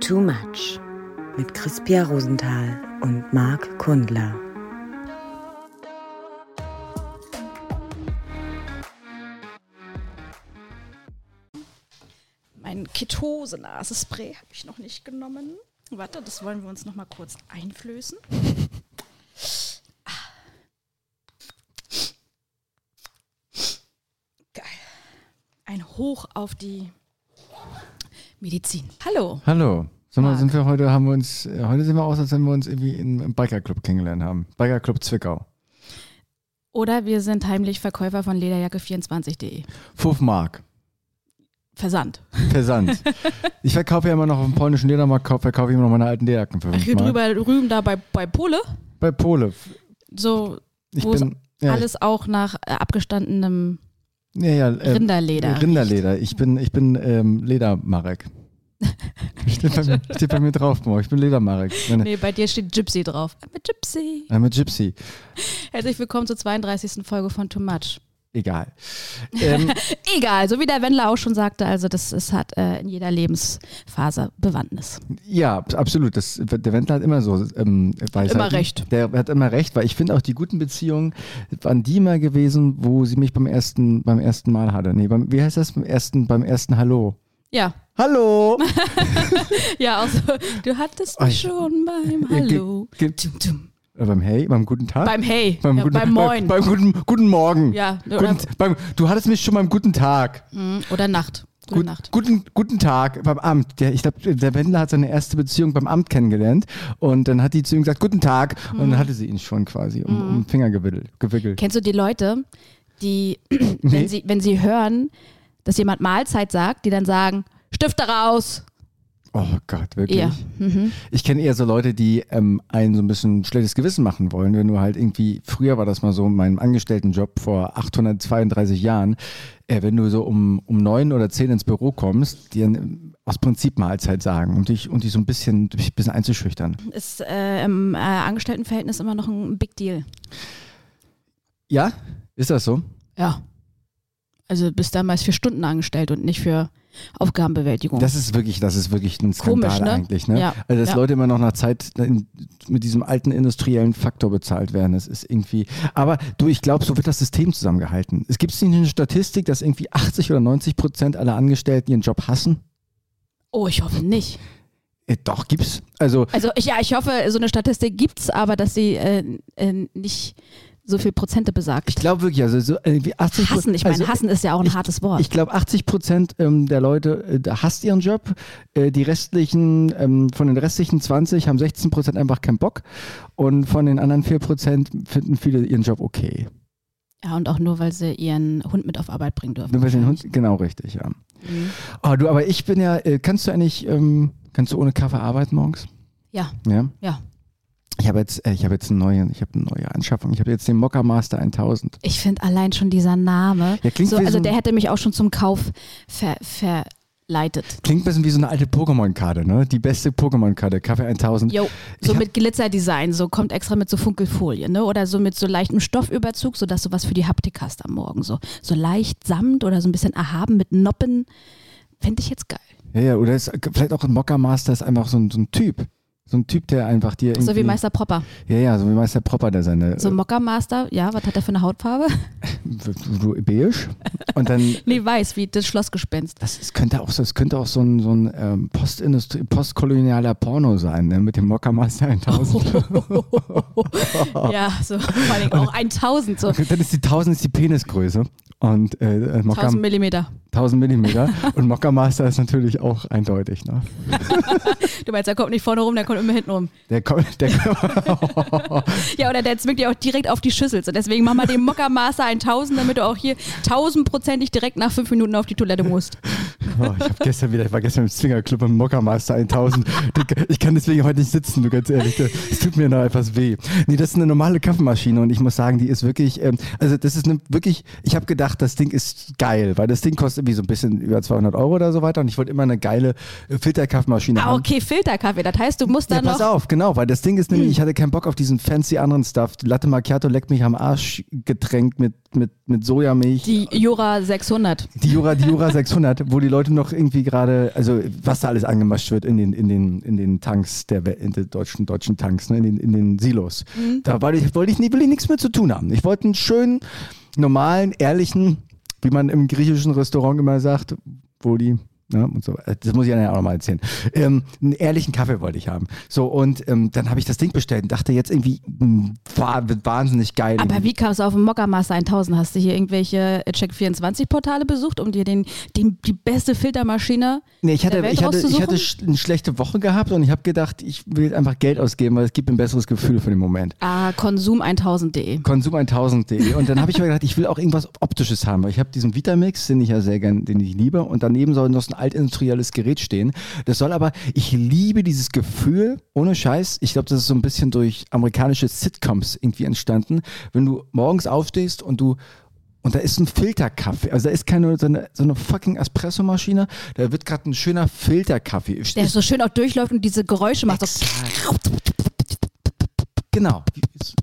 Too Much mit Crispia Rosenthal und Marc Kundler. Mein Ketose-Nasenspray habe ich noch nicht genommen. Warte, das wollen wir uns noch mal kurz einflößen. Ah. Geil. Ein Hoch auf die Medizin. Hallo. Hallo. Sag mal, Marc. sind wir heute, haben wir uns, äh, heute sehen wir aus, als wenn wir uns irgendwie in- im Bikerclub kennengelernt haben. Bikerclub Zwickau. Oder wir sind heimlich Verkäufer von Lederjacke24.de. Fünf Mark. Versand. Versand. ich verkaufe ja immer noch auf dem polnischen Ledermarkt, kauf- verkaufe ich immer noch meine alten Lederjacken für fünf Hier Mark. drüber rüben da bei, bei Pole. Bei Pole. So Ich Wo es bin, ja, alles auch nach äh, abgestandenem ich, ja, ja, äh, Rinderleder. Rinderleder. Ich bin, ich bin ähm, Ledermarek. steht, bei, mir- steht bei mir drauf, Mo. Ich bin Ledermarek. Meine, Nee, bei dir steht Gypsy drauf. I'm a Gypsy. I'm a Gypsy. Herzlich willkommen zur 32. Folge von Too Much. Egal. Ähm, Egal, so wie der Wendler auch schon sagte, also das es hat äh, in jeder Lebensphase Bewandtnis. Ja, abs- absolut. Das, der Wendler hat immer so ähm, Weisheiten. immer recht. Der hat immer recht, weil ich finde auch die guten Beziehungen waren die mal gewesen, wo sie mich beim ersten, beim ersten Mal hatte. Nee, beim, wie heißt das? Beim ersten, beim ersten Hallo. Ja, Hallo! ja, also du hattest mich Oh, ich- schon beim Ja, ge- Hallo. ge- Tum, tum. Äh, beim Hey, beim guten Tag. Beim Hey, beim, ja, guten, beim Moin Beim, beim guten, guten Morgen. Ja, oder- Guten, beim, du hattest mich schon beim guten Tag. Mhm, oder Nacht. Gute Gut- Nacht. Guten, guten Tag beim Amt. Der, ich glaube, der Wendler hat seine erste Beziehung beim Amt kennengelernt und dann hat die zu ihm gesagt, guten Tag. Und Mhm. dann hatte sie ihn schon quasi um, um den Finger gewickelt. gewickelt. Kennst du die Leute, die, wenn, Nee. sie, wenn sie hören, dass jemand Mahlzeit sagt, die dann sagen, Stifte raus. Oh Gott, wirklich. Ja. Mhm. Ich kenne eher so Leute, die ähm, einen so ein bisschen schlechtes Gewissen machen wollen, wenn du halt irgendwie, früher war das mal so in meinem Angestelltenjob vor 832 Jahren, äh, wenn du so um, um neun oder zehn ins Büro kommst, dir ähm, aus Prinzip Mahlzeit sagen, um dich, um dich so ein bisschen, dich ein bisschen einzuschüchtern. Ist äh, im äh, Angestelltenverhältnis immer noch ein Big Deal. Ja? Ist das so? Ja. Also bis damals für Stunden angestellt und nicht für Aufgabenbewältigung. Das ist wirklich, das ist wirklich ein Skandal Komisch, ne? eigentlich. Ne? Ja, Also dass ja. Leute immer noch nach Zeit in, mit diesem alten industriellen Faktor bezahlt werden. Das ist irgendwie. Aber du, ich glaube, so wird das System zusammengehalten. Es gibt nicht eine Statistik, dass irgendwie 80 oder 90 Prozent aller Angestellten ihren Job hassen? oh, ich hoffe nicht. Äh, doch, gibt's. Also Also ich, ja, ich hoffe, so eine Statistik gibt's, aber dass sie äh, äh, nicht so viel Prozente ich besagt. glaube wirklich, also so irgendwie 80 Hassen, ich meine, also, hassen ist ja auch ein ich- hartes Wort. Ich glaube, 80 Prozent ähm, der Leute äh, da hasst ihren Job. Äh, die restlichen, ähm, von den restlichen 20 haben 16 Prozent einfach keinen Bock. Und von den anderen 4 Prozent finden viele ihren Job okay. ja, und auch nur, weil sie ihren Hund mit auf Arbeit bringen dürfen. Nur weil sie den wahrscheinlich. Hund, genau richtig, ja. Mhm. Oh, du, aber ich bin ja, äh, kannst du eigentlich, ähm, kannst du ohne Kaffee arbeiten morgens? Ja. Ja? Ja. Ich habe jetzt, äh, ich habe jetzt eine neue, ich habe eine neue Anschaffung. Ich habe jetzt den Mocker Master 1000. Ich finde allein schon dieser Name, Ja, klingt so, wie so also ein- der hätte mich auch schon zum Kauf ver, verleitet. Klingt ein bisschen wie so eine alte Pokémon-Karte, ne? Die beste Pokémon-Karte, Kaffee 1000. Jo, so Ich hab- mit Glitzerdesign, so kommt extra mit so Funkelfolie, ne? Oder so mit so leichtem Stoffüberzug, sodass du was für die Haptik hast am Morgen. So, so leicht Samt oder so ein bisschen erhaben mit Noppen. Fände ich jetzt geil. Ja, ja, oder ist, vielleicht auch ein Mocker Master ist einfach so ein, so ein Typ. So ein Typ, der einfach dir irgendwie. So wie Meister Propper. Ja, ja, so wie Meister Propper, der seine. So Mhm. äh, Mocker Master, ja, was hat er für eine Hautfarbe? so beige. Und dann. nee, weiß, wie das Schlossgespenst. Das ist, könnte auch so, das könnte auch so ein, so ein ähm, Postindustrie, postkolonialer Porno sein, ne? mit dem Mocker Master 1000. Ja, so vor allem auch 1000, so Dann ist die 1000 ist die Penisgröße und äh, Mocker 1000 Millimeter. 1000 Millimeter und Mocker Master ist natürlich auch eindeutig. Ne? Du meinst, der kommt nicht vorne rum, der kommt immer hinten rum. Der kommt, der Ja, oder der zwingt dir auch direkt auf die Schüssel. So, deswegen mach mal den Mocker Master 1000, damit du auch hier tausendprozentig direkt nach fünf Minuten auf die Toilette musst. Oh, ich hab gestern wieder, ich war gestern im Zwingerclub im Mockermaster 1000. Dick, Ich kann deswegen heute nicht sitzen, du ganz ehrlich. Es tut mir noch etwas weh. Nee, das ist eine normale Kaffeemaschine und ich muss sagen, die ist wirklich, ähm, also das ist eine wirklich, ich habe gedacht, das Ding ist geil, weil das Ding kostet irgendwie so ein bisschen über 200 Euro oder so weiter und ich wollte immer eine geile äh, Filterkaffeemaschine Ah, haben. okay, Filterkaffee. Das heißt, du musst Ja, dann pass noch. Hm. auf, genau, weil das Ding ist nämlich, ich hatte keinen Bock auf diesen fancy anderen Stuff. Latte Macchiato leckt mich am Arsch getränkt mit, mit, mit Sojamilch. Die Jura 600. Die Jura, die Jura 600, wo die Leute noch irgendwie gerade, also was da alles angemascht wird in den, in den, in den Tanks der, Wel- in den deutschen, deutschen Tanks, ne, in, den, in den Silos. Da wollte ich, wollte ich, nie- will ich nichts mehr zu tun haben. Ich wollte einen schönen, normalen, ehrlichen, wie man im griechischen Restaurant immer sagt, wo die Ne, und so. Das muss ich ja auch nochmal erzählen. Ähm, einen ehrlichen Kaffee wollte ich haben. So, und ähm, dann habe ich das Ding bestellt und dachte jetzt irgendwie, mh, war, wird wahnsinnig geil. Aber wie kamst du auf den Mockermaster 1000? Hast du hier irgendwelche Check24-Portale besucht, um dir den, den, die beste Filtermaschine Nee, ich hatte, der Welt ich hatte, ich rauszusuchen? hatte sch- eine schlechte Woche gehabt und ich habe gedacht, ich will einfach Geld ausgeben, weil es gibt mir ein besseres Gefühl für den Moment. ah, konsum1000.de. Konsum1000.de und dann habe ich mir gedacht, ich will auch irgendwas Optisches haben, weil ich habe diesen Vitamix, den ich ja sehr gern, den ich liebe und daneben soll noch so ein altindustrielles Gerät stehen. Das soll aber, ich liebe dieses Gefühl, ohne Scheiß, ich glaube, das ist so ein bisschen durch amerikanische Sitcoms irgendwie entstanden, wenn du morgens aufstehst und du und da ist ein Filterkaffee, also da ist keine so eine, so eine fucking Espressomaschine, da wird gerade ein schöner Filterkaffee. Der so schön auch durchläuft und diese Geräusche macht. So. Genau.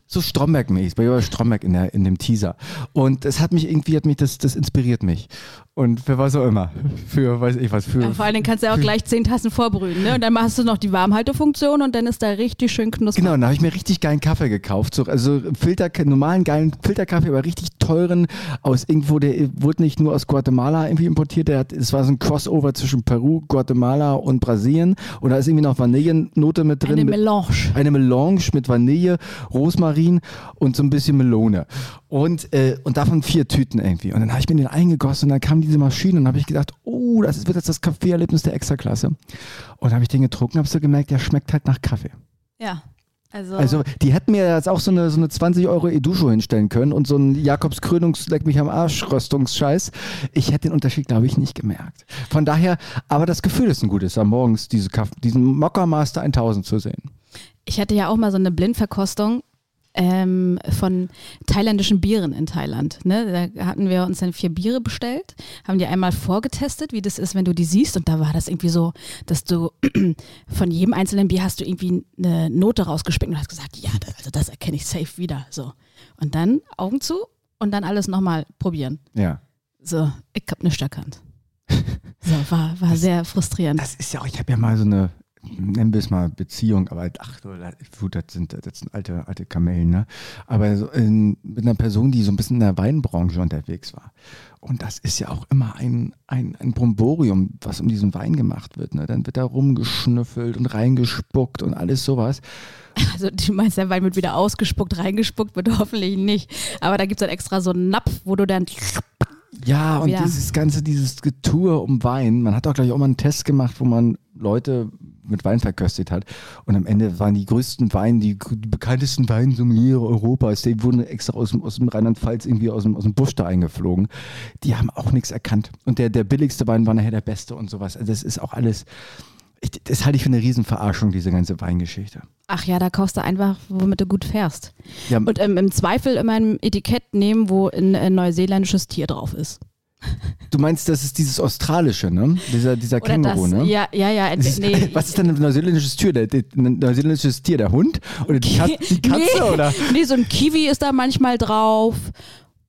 So Stromberg-mäßig, bei Joel Stromberg in, der, in dem Teaser. Und es hat mich irgendwie, hat mich das, das inspiriert mich. Und für was auch immer. Für, weiß ich was, für. Ja, vor allen Dingen kannst du ja auch Hm. gleich zehn Tassen vorbrühen, ne? Und dann hast du noch die Warmhaltefunktion und dann ist da richtig schön knusprig. Genau, da habe ich mir richtig geilen Kaffee gekauft. So, also Filter, normalen geilen Filterkaffee, aber richtig teuren aus irgendwo, der wurde nicht nur aus Guatemala irgendwie importiert, der hat, es war so ein Crossover zwischen Peru, Guatemala und Brasilien. Und da ist irgendwie noch Vanillennote mit drin. Eine mit- Melange. eine Melange mit Vanille, Rosmarin und so ein bisschen Melone. Und, äh, und davon vier Tüten irgendwie. Und dann habe ich mir den eingegossen und dann kam diese Maschine und habe ich gedacht, oh, das wird jetzt das Kaffeeerlebnis der Extraklasse. Und habe ich den getrunken, habe so gemerkt, der schmeckt halt nach Kaffee. Ja. Also, Also die hätten mir jetzt auch so eine, so eine 20 Euro Educho hinstellen können und so ein Jakobs Krönungs leck mich am Arsch Röstungsscheiß. Ich hätte den Unterschied, glaube ich, nicht gemerkt. Von daher, aber das Gefühl ist ein gutes, am morgens diese Kaff diesen Mocker Master 1000 zu sehen. ich hatte ja auch mal so eine Blindverkostung ähm, von thailändischen Bieren in Thailand. Ne? Da hatten wir uns dann vier Biere bestellt, haben die einmal vorgetestet, wie das ist, wenn du die siehst. Und da war das irgendwie so, dass du von jedem einzelnen Bier hast du irgendwie eine Note rausgespickt und hast gesagt, ja, das, also das erkenne ich safe wieder. So. Und dann Augen zu und dann alles nochmal probieren. Ja. So, ich hab nichts erkannt. So, war, war sehr frustrierend. Das ist ja auch, ich habe ja mal so eine, nennen wir es mal Beziehung, aber halt, ach, gut, das sind, das sind alte, alte Kamellen, ne? Aber so in, mit einer Person, die so ein bisschen in der Weinbranche unterwegs war. Und das ist ja auch immer ein, ein, ein Bromborium, was um diesen Wein gemacht wird. Ne? Dann wird da rumgeschnüffelt und reingespuckt und alles sowas. Also, du meinst, der Wein wird wieder ausgespuckt, reingespuckt, wird hoffentlich nicht. Aber da gibt's dann extra so einen Napf, wo du dann. Ja, und Ja. dieses ganze, dieses Getue um Wein. Man hat auch, glaube ich, auch mal einen Test gemacht, wo man Leute mit Wein verköstigt hat. Und am Ende waren die größten Weine, die, gr- die bekanntesten Weinsommeliere Europas, die wurden extra aus dem, aus dem Rheinland-Pfalz irgendwie aus dem, aus dem Busch da eingeflogen. Die haben auch nichts erkannt. Und der, der billigste Wein war nachher der beste und sowas. Also das ist auch alles, ich, das halte ich für eine Riesenverarschung, diese ganze Weingeschichte. Ach ja, da kaufst du einfach, womit du gut fährst. Ja, Und ähm, im Zweifel immer ein Etikett nehmen, wo ein äh, neuseeländisches Tier drauf ist. du meinst, das ist dieses Australische, ne? Dieser, dieser Känguru, das. ne? Ja, ja, ja. ent- Das ist, Nee, Was ist denn ein neuseeländisches Tier? Der, der, ein neuseeländisches Tier, der Hund? Oder die, Kat die Katze? nee, Oder Nee, so ein Kiwi ist da manchmal drauf.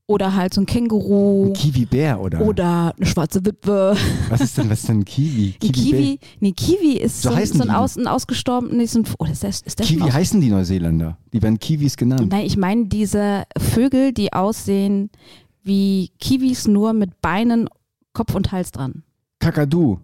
Oder halt so ein Känguru. Kiwi-Bär? Oder? Oder eine schwarze Witwe. Was ist denn, was ist denn ein Kiwi? Ein Kiwi, nee, Kiwi ist So so, ein- heißen so ein, die. aus, ein ausgestorben, nee, so ein, oh, ist der, ist der Kiwi schon aus- heißen die Neuseeländer. Die werden Kiwis genannt. Nein, ich meine diese Vögel, die aussehen wie Kiwis, nur mit Beinen, Kopf und Hals dran. Kakadu.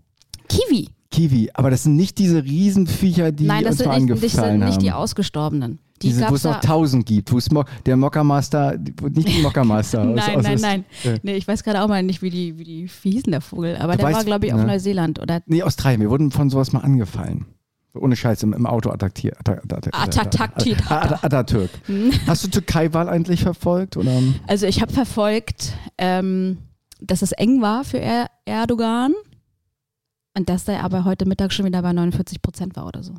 Kiwi. Kiwi. Aber das sind nicht diese Riesenviecher, die Nein, das uns sind, mal nicht, das sind angefallen nicht die haben. Ausgestorbenen. Die Diese, wo gab's es da. noch tausend gibt. Wo es Mo der Mockermaster, wo nicht die Mockermaster. aus- Nein, aus- nein, aus- nein. äh. Nee, ich weiß gerade auch mal nicht, wie die, wie die, wie hieß denn der Vogel? Aber Du der war, weißt- glaube ich, auf ne? Neuseeland oder Nee, Australien. Wir wurden von sowas mal angefallen. Ohne Scheiß, im, im Auto attackiert. Attatakti- Atatürk. Hm. Hast du Türkei-Wahl eigentlich verfolgt? Oder? Also ich habe verfolgt, ähm, dass es eng war für er Erdogan und dass der aber heute Mittag schon wieder bei 49 Prozent war oder so.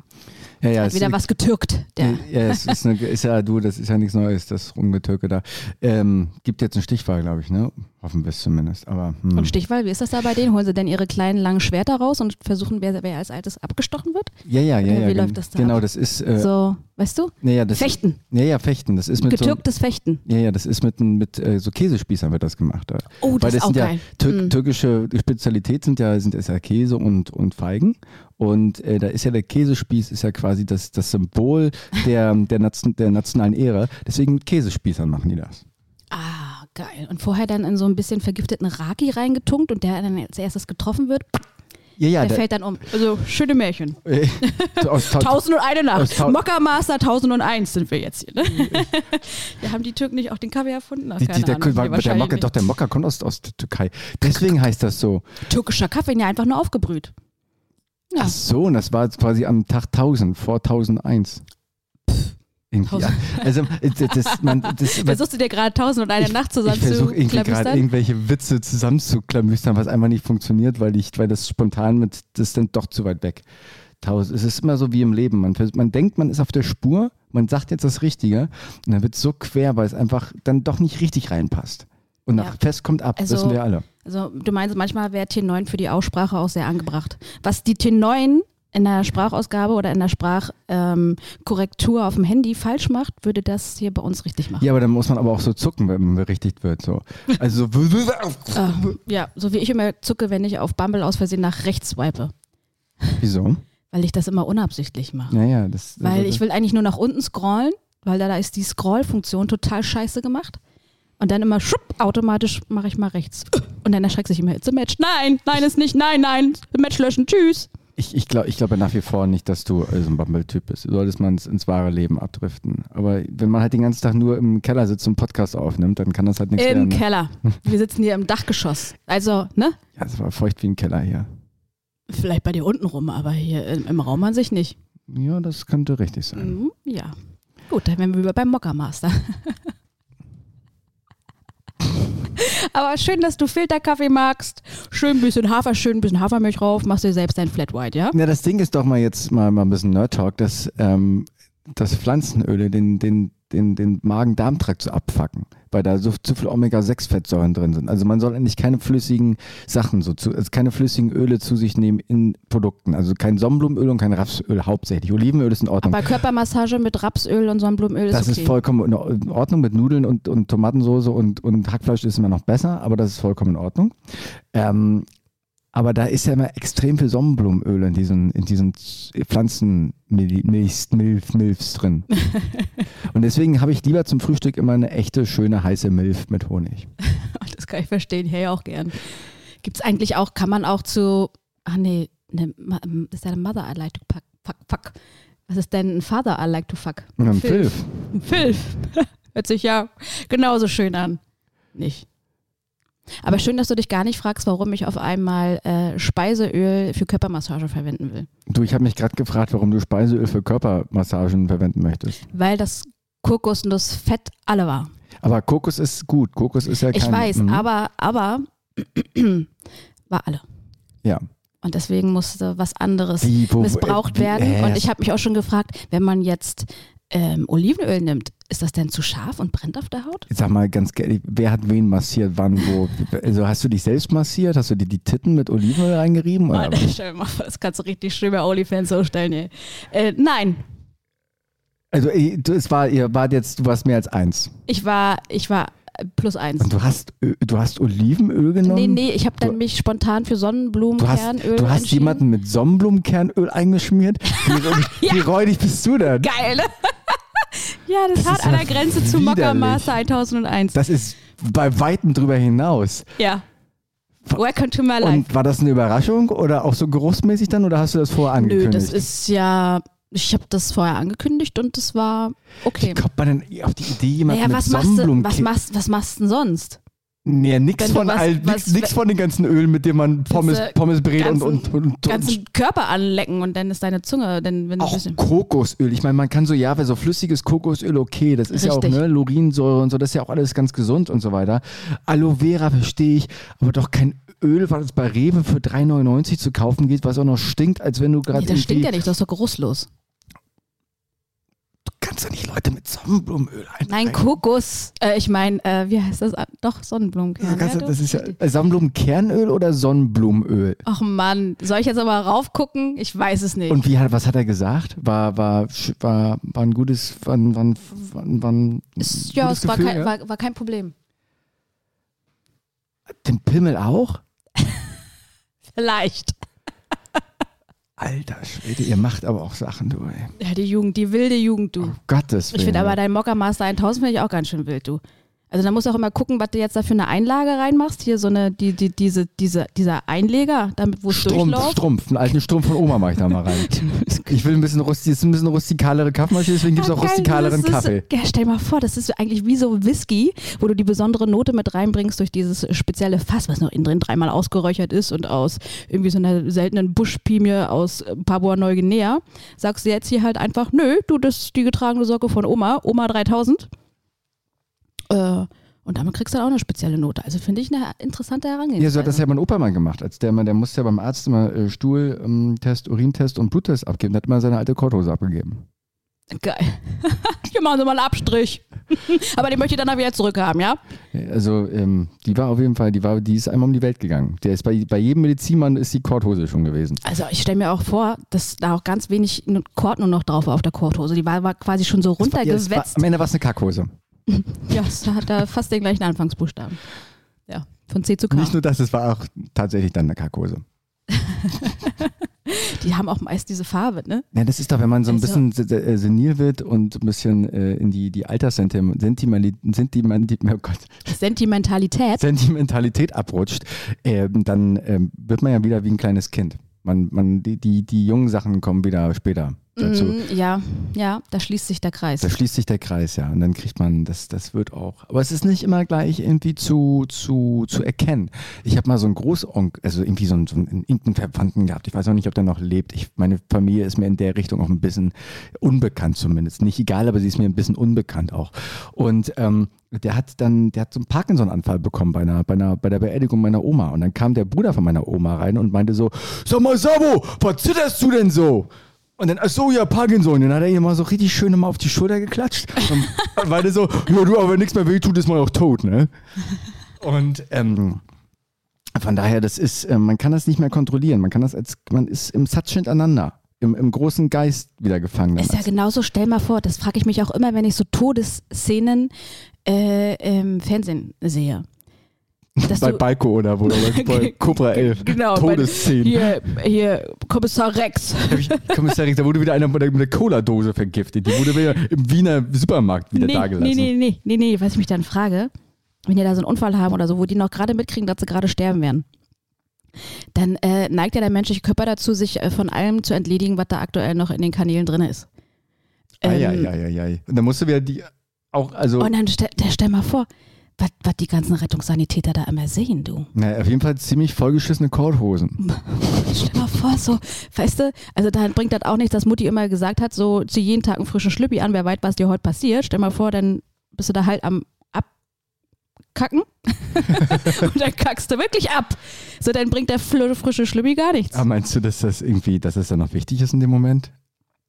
Ja, ja, Hat es- wieder was getürkt. Der. Ja, es ist, eine, ist ja, du, das ist ja nichts Neues, das Rumgetürke da. Ähm, gibt jetzt eine Stichwahl, glaube ich, ne? Hoffen wir es zumindest. Aber hm. Und Stichwahl, wie ist das da bei denen? Holen sie denn ihre kleinen langen Schwerter raus und versuchen, wer, wer als altes abgestochen wird? ja, ja, ja, Oder ja. wie gen- läuft das da genau, ab? das ist. Äh, so, weißt du? ja, ja, das, Fechten. Ja, ja, Fechten. Das ist mit so, Getürktes Fechten. ja, ja, das ist mit, ein- mit äh, so Käsespießern wird das gemacht. Da. Oh, das Weil ist das auch sind ja geil. Tür türkische Spezialität sind ja sind ist ja Käse und, und Feigen und äh, da ist ja der Käsespieß ist ja quasi das, das Symbol der, der, Nation, der nationalen Ehre. Deswegen mit Käsespießern machen die das. Ah, geil. Und vorher dann in so ein bisschen vergifteten Raki reingetunkt und der dann als erstes getroffen wird, Ja, ja, der Ah, der, fällt dann um. Also, schöne Märchen. äh, aus Tau- 1001 Aus Nacht. Tau- Mockermaster 1001 sind wir jetzt hier. Ne? ja, haben die Türken nicht auch den Kaviar erfunden? Ach, die, keine die, der, Ahnung. der, Nee, der wahrscheinlich Mokka, nicht. doch der Mokka kommt aus, aus der Türkei. Deswegen heißt das so. Türkischer Kaffee, ja, einfach nur aufgebrüht. Ja. Ach so, und das war jetzt quasi am Tag 1000 vor 1001. Irgendwie, Tausend- Also ja. Also äh, das, das, man, das, Versuchst du dir gerade 1001 Nacht zusammen Ich versuche zu irgendwie gerade klabüstern? irgendwelche Witze zusammenzuklamüstern, was einfach nicht funktioniert, weil ich, weil das spontan mit, das ist dann doch zu weit weg. Tausend. Es ist immer so wie im Leben. Man, vers- man denkt, man ist auf der Spur, man sagt jetzt das Richtige und dann wird es so quer, weil es einfach dann doch nicht richtig reinpasst. Und nach Ja. Fest kommt ab, Also- wissen wir alle. Also, du meinst, manchmal wäre T9 für die Aussprache auch sehr angebracht. Was die T9 in der Sprachausgabe oder in der Sprachkorrektur ähm, auf dem Handy falsch macht, würde das hier bei uns richtig machen. Ja, aber dann muss man aber auch so zucken, wenn man berichtigt wird. So. Also so- Ah, ja, so wie ich immer zucke, wenn ich auf Bumble aus Versehen nach rechts swipe, wieso? weil ich das immer unabsichtlich mache. Naja, das. Weil das, ich will eigentlich nur nach unten scrollen, weil da, da ist die Scroll-Funktion total scheiße gemacht. Und dann immer schupp, automatisch mache ich mal rechts. Und dann erschreckt sich immer, it's a match. Nein, nein, ist nicht, nein, nein, Match löschen, tschüss. Ich, ich glaube ich glaub ja nach wie vor nicht, dass du äh, so ein Bumble-Typ bist. Du solltest man ins wahre Leben abdriften. Aber wenn man halt den ganzen Tag nur im Keller sitzt und einen Podcast aufnimmt, dann kann das halt nichts Im werden. ne? Keller. Wir sitzen hier im Dachgeschoss. Also, ne? Ja, es war feucht wie ein Keller hier. Vielleicht bei dir unten rum, aber hier im, im Raum an sich nicht. Ja, das könnte richtig sein. Mhm, ja. Gut, dann wären wir wieder beim Mockermaster. aber schön, dass du Filterkaffee magst. Schön ein bisschen Hafer, schön ein bisschen Hafermilch drauf. Machst dir selbst dein Flat White, ja? Na, das Ding ist doch mal jetzt mal, mal ein bisschen Nerd-Talk, dass, ähm, dass Pflanzenöle den, den, den, den Magen-Darm-Trakt so abfacken, weil da so zu viel Omega-6-Fettsäuren drin sind. Also man soll eigentlich keine flüssigen Sachen so zu, also keine flüssigen Öle zu sich nehmen in Produkten. Also kein Sonnenblumenöl und kein Rapsöl hauptsächlich. Olivenöl ist in Ordnung. Aber Körpermassage mit Rapsöl und Sonnenblumenöl ist Das okay. ist vollkommen in Or- in Ordnung mit Nudeln und, und Tomatensauce und, und Hackfleisch ist immer noch besser, aber das ist vollkommen in Ordnung. Ähm, aber da ist ja immer extrem viel Sonnenblumenöl in diesen, in diesen Pflanzenmilfs Milf, Milfs drin. und deswegen habe ich lieber zum Frühstück immer eine echte, schöne, heiße Milf mit Honig. das kann ich verstehen, ich hätte auch gern. Gibt es eigentlich auch, kann man auch zu, ach nee, ne, ma- m- ist ja eine Mother I like to fuck, fuck, fuck. Was ist denn ein Father I like to fuck? Und dann Filf. Filf. Ein Filf. Hört sich ja genauso schön an. Nicht. Aber schön, dass du dich gar nicht fragst, warum ich auf einmal äh, Speiseöl für Körpermassage verwenden will. Du, ich habe mich gerade gefragt, warum du Speiseöl für Körpermassagen verwenden möchtest. Weil das Kokosnussfett alle war. Aber Kokos ist gut. Kokos ist ja kein... Ich weiß, Mhm. aber, aber war alle. Ja. Und deswegen musste was anderes Wie, wo- missbraucht wie- werden. äh, und ich habe mich auch schon gefragt, wenn man jetzt ähm, Olivenöl nimmt, ist das denn zu scharf und brennt auf der Haut? Ich Sag mal ganz ehrlich, wer hat wen massiert, wann, wo? Also hast du dich selbst massiert? Hast du dir die Titten mit Olivenöl eingerieben? Oder? Alter, stell dir mal vor, das kannst du richtig schön bei Olifans so stellen. Ey. Äh, nein, Also eh, du- es war, ihr wart jetzt, du warst mehr als eins. ich war, ich war äh, plus eins. Und du hast, Ö- du hast Olivenöl genommen? Nee, nee, ich habe dann Du- mich spontan für Du hast, Sonnenblumenkernöl du hast entschieden. jemanden mit Sonnenblumenkernöl eingeschmiert? Wie, räudig- wie räudig bist du denn? Geil, ne? ja, das, Das hat ist an ja der Grenze zu widerlich. Mockermaster 1001. Das ist bei Weitem drüber hinaus. ja. Welcome to my life. Und war das eine Überraschung oder auch so geruchsmäßig dann oder hast du das vorher Nö, angekündigt? das ist ja, ich habe das vorher angekündigt und das war okay. Wie kommt man denn auf die Idee, jemanden Naja, mit was machst, du, was, Sonnenblumenkernöl... machst, was machst du denn sonst? Nee, Wenn nix du von, was- all, was- nix, nix von den ganzen Ölen, mit denen man Pommes, Diese Pommes brät und, ganzen- und, und, und Ganzen Körper anlecken und dann ist deine Zunge, dann wenn du ein auch bisschen. Kokosöl. Ich meine, man kann so, ja, weil so flüssiges Kokosöl, okay, das ist Richtig. ja auch, ne, Lorinsäure und so, das ist ja auch alles ganz gesund und so weiter. Aloe Vera verstehe ich, aber doch kein Öl, was es bei Rewe für 3,99 zu kaufen geht, was auch noch stinkt, als wenn du gerade Nee, das stinkt irgendwie- ja nicht, das ist doch geruchslos. Du kannst kannst doch nicht Leute mit Sonnenblumenöl ein. Nein, Kokos. Äh, ich meine, äh, wie heißt das? Ah, Doch, Sonnenblumenkern. kannst Ja, du, du- das ist ja äh, Sonnenblumenkernöl oder Sonnenblumenöl? Ach Mann, soll ich jetzt aber raufgucken? Ich weiß es nicht. Und wie hat, was hat er gesagt? War, war, war, war ein gutes, war, ein- war, ein- war, ein- war ein Es- ja, gutes es war, Gefühl, kein, War, war kein Problem. Den Pimmel auch? Vielleicht. Alter Schwede, ihr macht aber auch Sachen, du ey. Ja, die Jugend, die wilde Jugend, du. Um Gottes Willen. Ich finde aber dein Mocker Master 1000 finde ich auch ganz schön wild, du. Also da musst du auch immer gucken, was du jetzt da für eine Einlage reinmachst. Hier so eine, die, die, diese, diese, dieser Einleger, damit wo es Strumpf, durchläuft. Strumpf, einen alten Strumpf von Oma mache ich da mal rein. Ich will ein bisschen, rusti ist ein bisschen rustikalere Kaffeemaschine, deswegen gibt es auch Ah, Geil, rustikaleren das ist- Kaffee. Ja, stell mal vor, das ist eigentlich wie so Whisky, wo du die besondere Note mit reinbringst durch dieses spezielle Fass, was noch innen drin dreimal ausgeräuchert ist und aus irgendwie so einer seltenen Buschpimie aus äh, Papua-Neuguinea. Sagst du jetzt hier halt einfach, nö, du, das ist die getragene Socke von Oma, Oma 3000. Äh, und damit kriegst du dann auch eine spezielle Note. Also finde ich eine interessante Herangehensweise. Ja, so hat das ja mein Opa mal gemacht. Als der, mal- der musste ja beim Arzt immer äh, Stuhltest, Urintest und Bluttest abgeben. Der hat immer seine alte Korthose abgegeben. Geil. Hier machen sie mal einen Abstrich. Aber den möchte ich dann auch wieder zurückhaben, ja? Also ähm, die war auf jeden Fall, die, war, die ist einmal um die Welt gegangen. Der ist bei, bei jedem Medizinmann ist die Korthose schon gewesen. Also ich stelle mir auch vor, dass da auch ganz wenig nur- Kord nur noch drauf war auf der Kordhose. Die war, war quasi schon so Das war- ja, das war, runtergewetzt. am Ende war es eine Kackhose. Ja, es hat da fast den gleichen Anfangsbuchstaben. Ja, von C zu K. Nicht nur das, es war auch tatsächlich dann eine Kackhose. Die haben auch meist diese Farbe, ne? Ja, das ist doch, wenn man so ein Also- bisschen se- se- äh, senil wird und ein bisschen äh, in die, die Alterssentimentalität oh Gott, Sentimentalität. Sentimentalität abrutscht, ähm, dann ähm, wird man ja wieder wie ein kleines Kind. Man, man, die, die, die jungen Sachen kommen wieder später dazu. Mhm, ja, ja, da schließt sich der Kreis. Da schließt sich der Kreis, ja. Und dann kriegt man, das, das wird auch. Aber es ist nicht immer gleich irgendwie zu, zu, zu erkennen. Ich habe mal so einen Großonkel, also irgendwie so einen, so einen irgendeinen Verwandten gehabt. Ich weiß auch nicht, ob der noch lebt. Ich, meine Familie ist mir in der Richtung auch ein bisschen unbekannt zumindest. Nicht egal, aber sie ist mir ein bisschen unbekannt auch. Und ähm, der hat dann, der hat so einen Parkinson-Anfall bekommen bei, einer, bei, einer, bei der Beerdigung meiner Oma. Und dann kam der Bruder von meiner Oma rein und meinte so, sag mal, Sabo, was zitterst du denn so? Und dann, ach so, ja, Parkinson. Dann hat er ihn mal so richtig schön mal auf die Schulter geklatscht. Und, und meinte so, ja, du, aber wenn nichts mehr wehtut, ist man auch tot, ne? Und ähm, von daher, das ist, äh, man kann das nicht mehr kontrollieren. Man kann das als, man ist im Satz hintereinander, im, im großen Geist wieder gefangen. Ist ja genauso, stell mal vor, das frage ich mich auch immer, wenn ich so Todesszenen äh, im Fernsehen sehe. Dass bei du- Balko oder wo, oder bei Cobra 11. Genau, bei- Todesszenen. Hier, hier, Kommissar Rex. Hab ich- Kommissar Richter, da wurde wieder einer mit einer mit einer Cola-Dose vergiftet. Die wurde wieder im Wiener Supermarkt wieder dagelassen. Nee, nee, nee, nee, nee, was ich mich dann frage, wenn die da so einen Unfall haben oder so, wo die noch gerade mitkriegen, dass sie gerade sterben werden, dann äh, neigt ja der menschliche Körper dazu, sich äh, von allem zu entledigen, was da aktuell noch in den Kanälen drin ist. Ei, Ähm, Oh, ei, ei, ei, ei. Und dann musst du wieder die, auch, also. Und dann stell, der, stell mal vor, was was die ganzen Rettungssanitäter da immer sehen, du. Na, auf jeden Fall ziemlich vollgeschissene Korthosen. Stell mal vor, so, weißt du, also da bringt das auch nichts, dass Mutti immer gesagt hat, so zieh jeden Tag einen frischen Schlüppi an, wer weiß, was dir heute passiert. Stell mal vor, dann bist du da halt am Abkacken und dann kackst du wirklich ab. So, dann bringt der fl frische Schlüppi gar nichts. Aber meinst du, dass das irgendwie, dass das dann noch wichtig ist in dem Moment?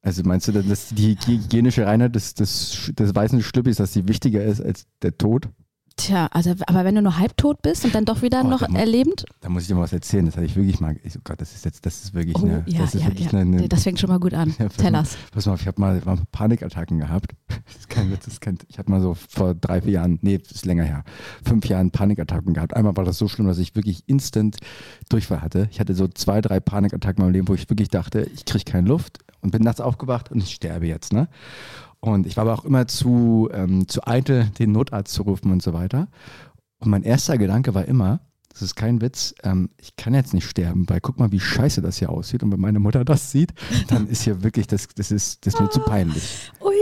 Also meinst du, denn, dass die hygienische Reinheit des, des, Sch- des weißen Schlüppis, dass die wichtiger ist als der Tod? Tja, also, aber wenn du nur halbtot bist und dann doch wieder Oh, noch der Mann. erlebend, Da muss ich dir mal was erzählen. Das hatte ich wirklich mal. Ich, oh Gott, das ist jetzt, das ist wirklich oh, eine. ja, das ist ja, wirklich ja. eine, eine das fängt schon mal gut an. Ja, pass Tellers. Mal, pass mal auf, ich habe mal, ich hab mal Panikattacken gehabt. Das ist kein Witz, das ist kein, ich hatte mal so vor drei, vier Jahren, nee, das ist länger her, fünf Jahren Panikattacken gehabt. Einmal war das so schlimm, dass ich wirklich instant Durchfall hatte. Ich hatte so zwei, drei Panikattacken in meinem Leben, wo ich wirklich dachte, ich kriege keine Luft und bin nachts aufgewacht und ich sterbe jetzt. Ne? Und ich war aber auch immer zu, ähm, zu eitel, den Notarzt zu rufen und so weiter. Und mein erster Gedanke war immer, das ist kein Witz, ähm, ich kann jetzt nicht sterben, weil guck mal, wie scheiße das hier aussieht. Und wenn meine Mutter das sieht, dann ist hier wirklich, das, das, ist, das ist mir zu peinlich. Ui.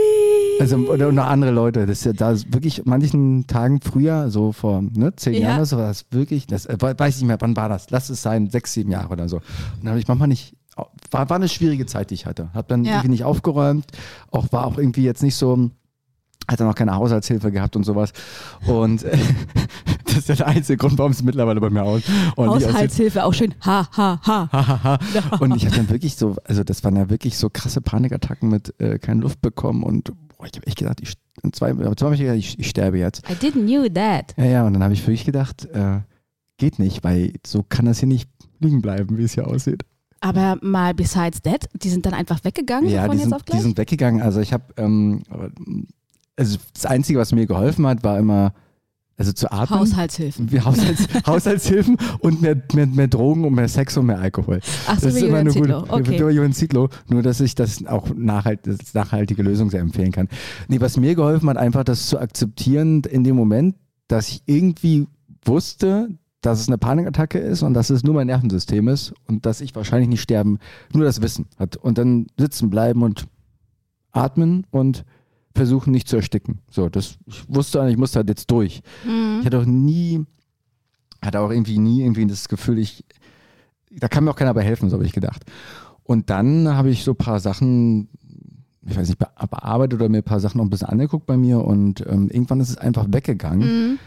Also oder, oder andere Leute, das ist ja da ist wirklich manchen Tagen früher, so vor ne, zehn Ja. Jahren oder so, war das wirklich, das äh, weiß ich nicht mehr, wann war das? Lass es sein, sechs, sieben Jahre oder so. Und dann habe ich manchmal nicht, war, war eine schwierige Zeit, die ich hatte. Habe dann Ja. irgendwie nicht aufgeräumt, auch war auch irgendwie jetzt nicht so, hat dann auch keine Haushaltshilfe gehabt und sowas. Und äh, das ist ja der einzige Grund, warum es mittlerweile bei mir aus. Und nicht aussieht. Haushaltshilfe, auch schön. Ha, ha, ha. Und ich habe dann wirklich so, also das waren ja wirklich so krasse Panikattacken mit äh, keine Luft bekommen und oh, ich habe echt gedacht, ich, zwei, aber zweimal hab ich gedacht, ich, ich sterbe jetzt. I didn't knew that. Ja, ja, und dann habe ich wirklich gedacht, äh, geht nicht, weil so kann das hier nicht liegen bleiben, wie es hier aussieht. Aber mal besides that, die sind dann einfach weggegangen Ja, von die jetzt auf sind, die gleich? sind weggegangen. Also ich habe, ähm, aber, also das Einzige, was mir geholfen hat, war immer, also zu atmen. Haushaltshilfen. Wie Haushalts Haushaltshilfen und mehr, mehr, mehr Drogen und mehr Sex und mehr Alkohol. Ach so, das wie ist immer Julian eine gute, Zietlow. Okay. über Johann Zietlow, nur dass ich das auch nachhalt, das nachhaltige Lösung sehr empfehlen kann. Nee, was mir geholfen hat, einfach das zu akzeptieren in dem Moment, dass ich irgendwie wusste, dass es eine Panikattacke ist und dass es nur mein Nervensystem ist und dass ich wahrscheinlich nicht sterben, nur das Wissen hat. Und dann sitzen bleiben und atmen und versuchen nicht zu ersticken. So, das ich wusste ich musste halt jetzt durch. Mhm. Ich hatte auch nie, hatte auch irgendwie nie irgendwie das Gefühl, ich, da kann mir auch keiner bei helfen, so habe ich gedacht. Und dann habe ich so ein paar Sachen, ich weiß nicht, be- bearbeitet oder mir ein paar Sachen noch ein bisschen angeguckt bei mir und ähm, irgendwann ist es einfach weggegangen. Mhm.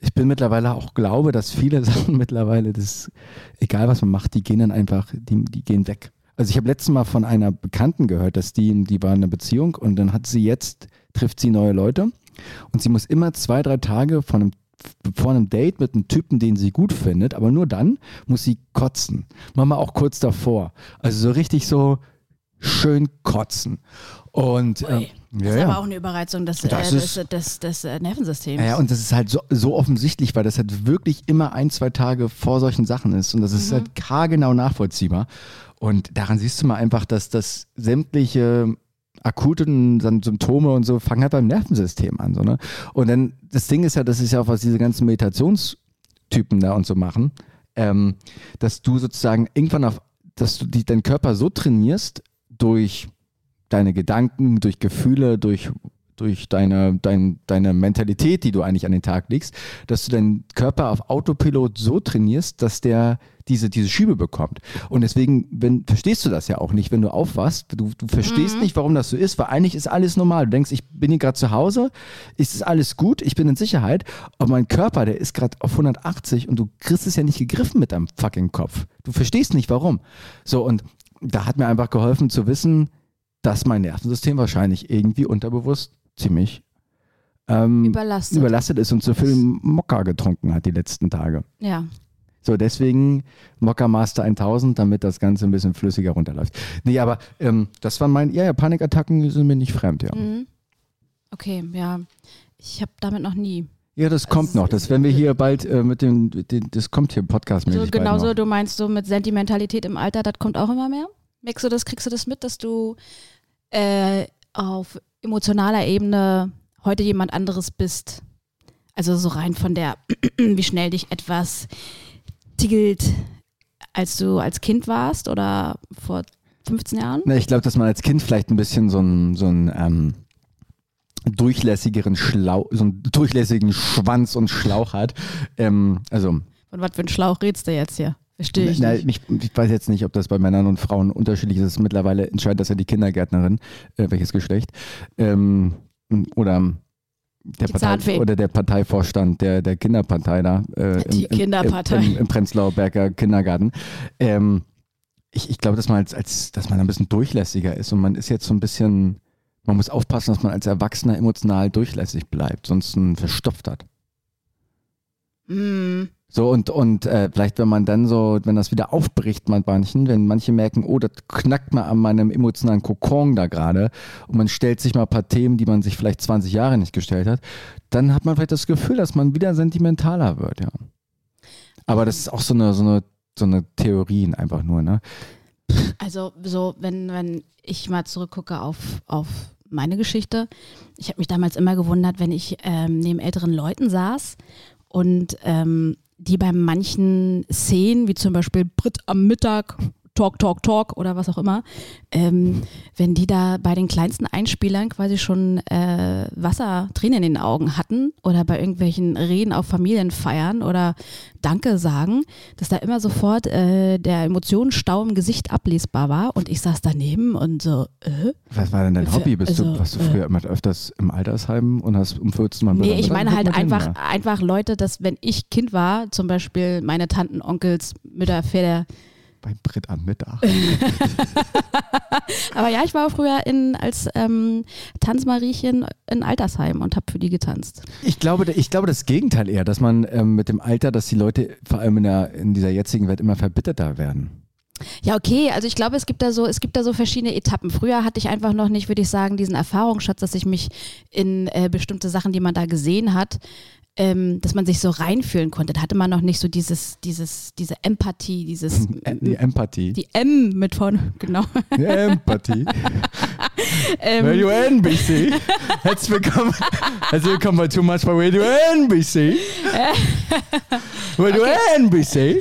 Ich bin mittlerweile auch glaube, dass viele Sachen mittlerweile, das, egal was man macht, die gehen dann einfach, die, die gehen weg. Also ich habe letztes Mal von einer Bekannten gehört, dass die, die war in einer Beziehung und dann hat sie jetzt, trifft sie neue Leute und sie muss immer zwei, drei Tage von einem, vor einem Date mit einem Typen, den sie gut findet, aber nur dann muss sie kotzen. Manchmal auch kurz davor. Also so richtig so schön kotzen. Und ähm, ja, Das ist ja. aber auch eine Überreizung des, Das äh, ist- des, des, des äh, Nervensystems. Ja, ja, und das ist halt so, so offensichtlich, weil das halt wirklich immer ein, zwei Tage vor solchen Sachen ist. Und das ist halt haargenau nachvollziehbar. Und daran siehst du mal einfach, dass das sämtliche akuten Sym- Symptome und so fangen halt beim Nervensystem an. So, ne? Und dann, das Ding ist ja, das ist ja auch, was diese ganzen Meditationstypen da und so machen, ähm, dass du sozusagen irgendwann auf, dass du die, deinen Körper so trainierst durch deine Gedanken, durch Gefühle, durch durch deine, dein, deine Mentalität, die du eigentlich an den Tag legst, dass du deinen Körper auf Autopilot so trainierst, dass der diese, diese Schiebe bekommt. Und deswegen wenn, verstehst du das ja auch nicht, wenn du aufwachst. Du, du verstehst nicht, warum das so ist, weil eigentlich ist alles normal. Du denkst, ich bin hier gerade zu Hause, es ist alles gut, ich bin in Sicherheit, aber mein Körper, der ist gerade auf 180 und du kriegst es ja nicht gegriffen mit deinem fucking Kopf. Du verstehst nicht, warum. So, und da hat mir einfach geholfen zu wissen, dass mein Nervensystem wahrscheinlich irgendwie unterbewusst ziemlich ähm, Überlastet. überlastet ist und zu viel Mokka getrunken hat die letzten Tage. ja. So, deswegen Mokka Master 1000, damit das Ganze ein bisschen flüssiger runterläuft. Nee, aber ähm, das waren meine, ja, ja, Panikattacken sind mir nicht fremd, ja. Mhm. Okay, ja. Ich habe damit noch nie. Ja, das kommt Also noch. Das werden wir hier bald äh, mit dem, den, das kommt hier podcast So bald noch. genauso, du meinst so mit Sentimentalität im Alter, das kommt auch immer mehr. Merkst du das, kriegst du das mit, dass du äh, auf emotionaler Ebene heute jemand anderes bist? Also so rein von der, wie schnell dich etwas tickelt, als du als Kind warst oder vor 15 Jahren? Na, ich glaube, dass man als Kind vielleicht ein bisschen so einen so einen, ähm, durchlässigeren Schlau, so einen durchlässigen Schwanz und Schlauch hat. Ähm, also Von was für ein Schlauch redst du jetzt hier? Verstehe ich na, nicht. mich- ich weiß jetzt nicht, ob das bei Männern und Frauen unterschiedlich ist. Es ist Mittlerweile entscheidet das ja die Kindergärtnerin, äh, welches Geschlecht. Ähm, oder der Die Partei, Zahnfee. oder der Parteivorstand der, der Kinderpartei da. Äh, Die Kinderpartei. Im, im, im Prenzlauer Berger Kindergarten. Ähm, ich ich glaube, dass man als, als, dass man ein bisschen durchlässiger ist und man ist jetzt so ein bisschen, man muss aufpassen, dass man als Erwachsener emotional durchlässig bleibt, sonst einen verstopft hat. Mm. So und, und äh, vielleicht, wenn man dann so, wenn das wieder aufbricht man manchen, wenn manche merken, oh, das knackt mal an meinem emotionalen Kokon da gerade und man stellt sich mal ein paar Themen, die man sich vielleicht 20 Jahre nicht gestellt hat, dann hat man vielleicht das Gefühl, dass man wieder sentimentaler wird, ja. Aber das ist auch so eine, so eine, so eine Theorien einfach nur, ne? Also so, wenn, wenn ich mal zurückgucke auf, auf meine Geschichte, ich habe mich damals immer gewundert, wenn ich ähm, neben älteren Leuten saß und ähm, die bei manchen Szenen, wie zum Beispiel Brit am Mittag, Talk, Talk, Talk oder was auch immer, ähm, wenn die da bei den kleinsten Einspielern quasi schon äh, Wasser, Tränen in den Augen hatten oder bei irgendwelchen Reden auf Familienfeiern oder Danke sagen, dass da immer sofort äh, der Emotionsstau im Gesicht ablesbar war und ich saß daneben und so, äh, Was war denn dein Für- Hobby? Bist du, also, warst du äh, früher immer öfters im Altersheim und hast um 14 Mal Nee, ich meine halt einfach, Ja. einfach Leute, dass wenn ich Kind war, zum Beispiel meine Tanten, Onkels, Mütter, Väter, Beim Brett am Mittag. Aber ja, ich war früher in, als ähm, Tanzmariechen in Altersheim und habe für die getanzt. Ich glaube, ich glaube das Gegenteil eher, dass man ähm, mit dem Alter, dass die Leute vor allem in, der, in dieser jetzigen Welt immer verbitterter werden. Ja, okay. Also ich glaube, es gibt da so, es gibt da so verschiedene Etappen. Früher hatte ich einfach noch nicht, würde ich sagen, diesen Erfahrungsschatz, dass ich mich in äh, bestimmte Sachen, die man da gesehen hat, ähm, dass man sich so reinfühlen konnte. Da hatte man noch nicht so dieses, dieses, diese Empathie, dieses Ä- Die Empathie. die M mit vorne, genau. Die Empathie. Ähm, Radio NBC. Herzlich willkommen, herzlich willkommen bei Too Much bei Radio NBC. Äh. Radio NBC.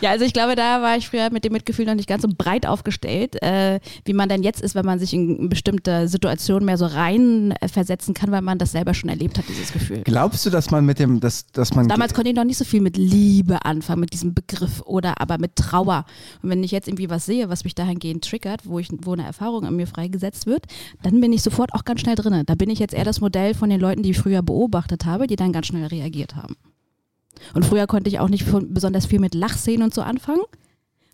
ja, also ich glaube, da war ich früher mit dem Mitgefühl noch nicht ganz so breit aufgestellt, äh, wie man dann jetzt ist, wenn man sich in bestimmte Situationen mehr so rein äh, versetzen kann, weil man das selber schon erlebt hat, dieses Gefühl. Glaubst du, dass man mit dem, dass, dass man. Damals konnte ich noch nicht so viel mit Liebe anfangen, mit diesem Begriff oder aber mit Trauer. Und wenn ich jetzt irgendwie was sehe, was mich dahingehend triggert, wo, ich, wo eine Erfahrung an mir freigesetzt wird, dann bin ich sofort auch ganz schnell drin. Da bin ich jetzt eher das Modell von den Leuten, die ich früher beobachtet habe, die dann ganz schnell reagiert haben. Und früher konnte ich auch nicht von, besonders viel mit Lachszenen und so anfangen.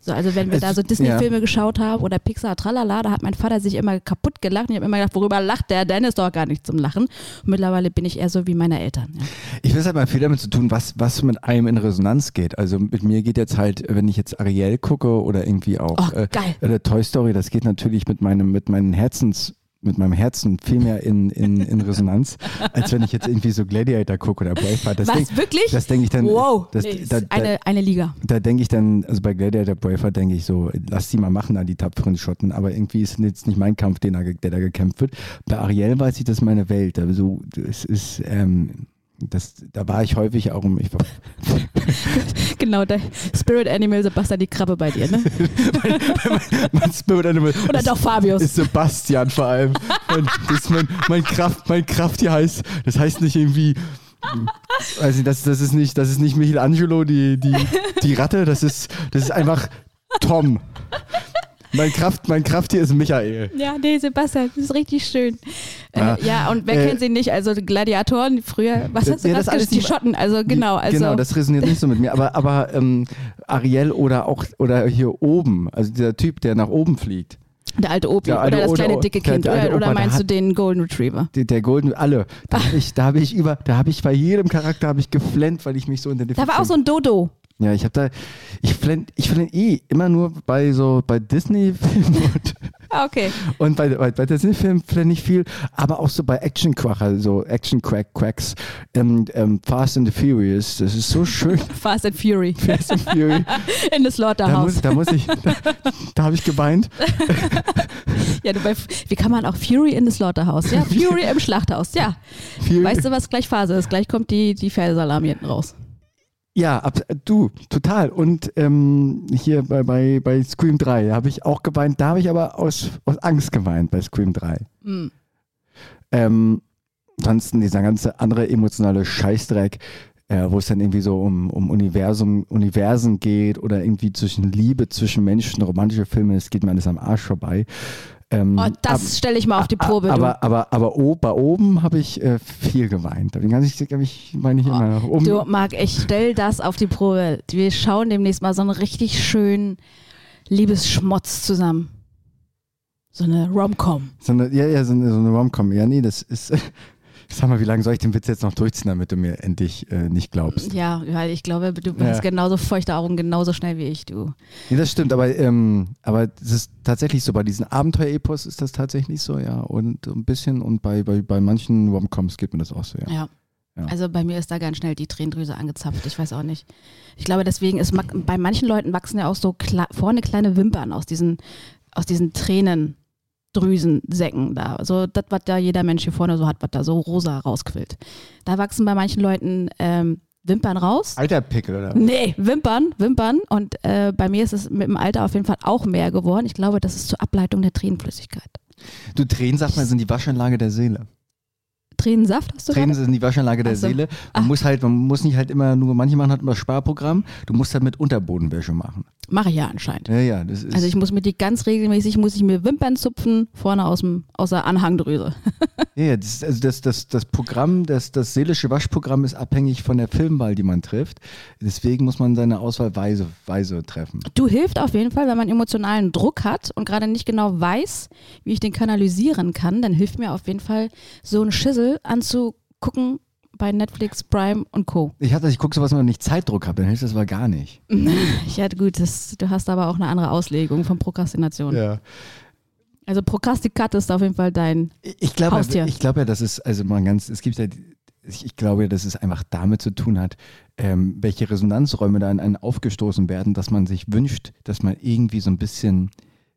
So, also wenn wir Es- da so Disney-Filme geschaut haben oder Pixar, tralala, da hat mein Vater sich immer kaputt gelacht. Und ich habe immer gedacht, worüber lacht der denn? Ist doch gar nicht zum Lachen. Und mittlerweile bin ich eher so wie meine Eltern. Ja. Ich weiß halt mal viel damit zu tun, was, was mit einem in Resonanz geht. Also mit mir geht jetzt halt, wenn ich jetzt Ariel gucke oder irgendwie auch Oh, geil. oder Toy Story, das geht natürlich mit meinem, mit meinen Herzens, mit meinem Herzen viel mehr in, in, in Resonanz, als wenn ich jetzt irgendwie so Gladiator gucke oder Braveheart. Das Was, denk- wirklich? Das denke ich dann. Wow, das, nee, da, ist da, eine, eine Liga. da denke ich dann, also bei Gladiator Braveheart denke ich so, lass die mal machen an die tapferen Schotten, aber irgendwie ist jetzt nicht mein Kampf, den da, ge- der da gekämpft wird. Bei Ariel weiß ich, das ist meine Welt. Also es ist, ähm, das, da war ich häufig auch um, ich war, Genau, der Spirit Animal Sebastian die Krabbe bei dir, ne? mein Spirit Animal Oder ist, doch Fabius. ist Sebastian vor allem. Mein, das ist mein, mein Kraft, mein Kraft hier heißt, das heißt nicht irgendwie, also das, das ist nicht, das ist nicht Michelangelo, die, die, die Ratte, das ist, das ist einfach Tom. Mein Kraft, mein Kraft hier ist Michael. ja, nee, Sebastian, das ist richtig schön. Ja. Ja, äh, ja und wer Äh, kennt sie nicht? Also Gladiatoren früher, was hast du Ja, das, das alles gesagt? Die nicht- Schotten, also genau. Also, Genau, das resoniert nicht so mit mir. Aber, aber ähm, Ariel oder auch oder hier oben, also dieser Typ, der nach oben fliegt, der alte Opi Der alte- oder das oder- kleine dicke der- Kind. der alte Oder, Opa, oder der meinst du hat- den Golden Retriever? der, der Golden, alle, da habe ich, da habe ich über, da habe ich bei jedem Charakter habe ich geflennt, weil ich mich so Da identifiziert. war auch so ein Dodo. Ja, ich habe da, ich flend, ich flend eh immer nur bei so bei Disney-Filmen und, Ah, Okay. und bei, bei, bei Disney-Filmen flend ich viel, aber auch so bei Action-Quacher, so Action-Quack-Quacks, ähm, ähm, Fast and the Furious. Das ist so schön. Fast and Fury Fast and Furious. in the Da Slaughterhouse. muss, da muss ich, da, da habe ich geweint. Ja, du, bei, F- wie kann man auch Fury in the Slaughterhouse? Ja, Fury im Schlachthaus. Ja, Viel, weißt du, was gleich Phase ist? Gleich kommt die, die Pferdesalami hinten raus. Ja, ab, du, total. Und ähm, hier bei, bei, bei Scream 3 habe ich auch geweint. Da habe ich aber aus, aus Angst geweint bei Scream 3. Hm. Ähm, ansonsten dieser ganze andere emotionale Scheißdreck, äh, wo es dann irgendwie so um, um Universum, Universen geht oder irgendwie zwischen Liebe, zwischen Menschen, romantische Filme, es geht mir alles am Arsch vorbei. Ähm, Oh, ab- das stelle ich mal auf die Probe. du. Aber, aber, aber o, bei oben habe ich äh, viel geweint. Den ganzen Stück habe ich, meine ich immer noch. Um, Oh, Du, Marc, ich stell das auf die Probe. Wir schauen demnächst mal so einen richtig schönen Liebesschmotz zusammen. So eine Rom-Com. so eine, ja, ja, so eine, so eine Rom-Com. Ja, nee, das ist. Sag mal, wie lange soll ich den Witz jetzt noch durchziehen, damit du mir endlich äh, nicht glaubst? Ja, weil ich glaube, du hast genauso feuchte Augen, genauso schnell wie ich, du. Nee, das stimmt, aber, ähm, aber das ist tatsächlich so. Bei diesen Abenteuer-Epos ist das tatsächlich so, ja. Und ein bisschen und bei, bei, bei manchen Romcoms geht mir das auch so, ja. Ja. Ja. Also bei mir ist da ganz schnell die Tränendrüse angezapft. Ich weiß auch nicht. Ich glaube, deswegen ist ma- bei manchen Leuten wachsen ja auch so kla vorne kleine Wimpern aus diesen, aus diesen Tränendrüsensäcken da. So das, was da jeder Mensch hier vorne so hat, was da so rosa rausquillt. Da wachsen bei manchen Leuten ähm, Wimpern raus. Alter Pickel, oder? Nee, Wimpern, Wimpern. Und äh, bei mir ist es mit dem Alter auf jeden Fall auch mehr geworden. Ich glaube, das ist zur Ableitung der Tränenflüssigkeit. Du, Tränen, sagt man, sind die Waschanlage der Seele. Tränensaft hast du Tränen gerade? sind die Waschanlage der Ach so. Seele. Man muss halt, man muss nicht halt immer nur, manche machen halt immer Sparprogramm. Du musst halt mit Unterbodenwäsche machen. Mache ich ja anscheinend. Ja, ja, das ist. Also ich muss mir die ganz regelmäßig, muss ich mir Wimpern zupfen, vorne aus, dem, aus der Anhangdrüse. Ja, ja, das, ist- also das, das, das Programm, das, das seelische Waschprogramm ist abhängig von der Filmwahl, die man trifft. Deswegen muss man seine Auswahl weise, weise treffen. Du hilft auf jeden Fall, wenn man emotionalen Druck hat und gerade nicht genau weiß, wie ich den kanalisieren kann, dann hilft mir auf jeden Fall so ein Schissel anzugucken bei Netflix, Prime und Co. Ich hatte, ich gucke sowas, wenn ich Zeitdruck habe, dann hilft das aber gar nicht. Ja, gut, das, du hast aber auch eine andere Auslegung von Prokrastination. Ja. Also Prokrastikat ist auf jeden Fall dein. Ich ich glaube, Haustier. ich glaube ja, dass es, also man ganz, es gibt ja, die- ich ich glaube ja, dass es einfach damit zu tun hat, ähm, welche Resonanzräume da in einen aufgestoßen werden, dass man sich wünscht, dass man irgendwie so ein bisschen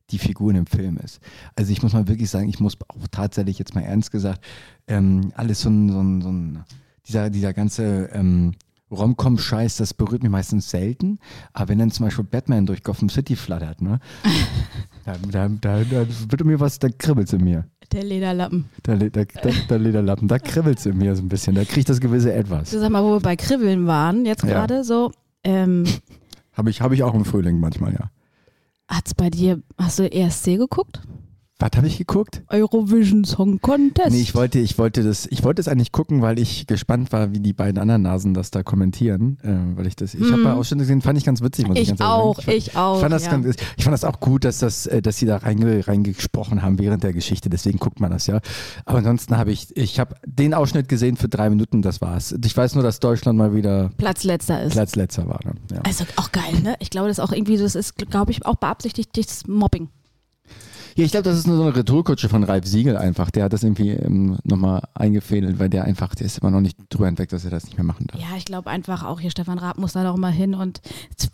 die Figuren im Film ist. Also ich muss mal wirklich sagen, ich muss auch tatsächlich jetzt mal ernst gesagt, ähm, alles so ein, so ein, so ein dieser, dieser ganze ähm, Rom-Com-Scheiß, das berührt mich meistens selten. Aber wenn dann zum Beispiel Batman durch Gotham City flattert, ne? da, da, da, da wird mir was, da kribbelt in mir. Der Lederlappen. Der, Le der, der, der Lederlappen, da kribbelt es in mir so ein bisschen. Da kriegt das gewisse Etwas. Du sag mal, wo wir bei Kribbeln waren, jetzt Ja. gerade so, ähm, Habe ich, hab ich auch im Frühling manchmal, ja. hat's bei dir, hast du ESC geguckt? Was habe ich geguckt? Eurovision Song Contest. Nee, ich wollte, ich, wollte das, ich wollte das eigentlich gucken, weil ich gespannt war, wie die beiden anderen Nasen das da kommentieren. Äh, weil ich das, ich habe mal Ausschnitte gesehen, fand ich ganz witzig. Muss ich, Mhm. Ich ganz ehrlich auch, sagen. ne? ich auch. Ich fand, das ja. ganz, ich fand das auch gut, dass, das, äh, dass sie da reinge, reingesprochen haben während der Geschichte. Deswegen guckt man das ja. Aber ansonsten habe ich, ich habe den Ausschnitt gesehen für drei Minuten, das war's. Ich weiß nur, dass Deutschland mal wieder Platzletzter ist. Platzletzter war. Ne? Ja. Also auch geil, ne? Ich glaube, das ist auch irgendwie, so- das ist, glaube ich, auch beabsichtigtes Mobbing. Ja, ich glaube, das ist nur so eine Retourkutsche von Ralf Siegel einfach. Der hat das irgendwie ähm, nochmal eingefädelt, weil der einfach, der ist immer noch nicht drüber hinweg, dass er das nicht mehr machen darf. Ja, ich glaube einfach auch hier, Stefan Raab muss da doch mal hin und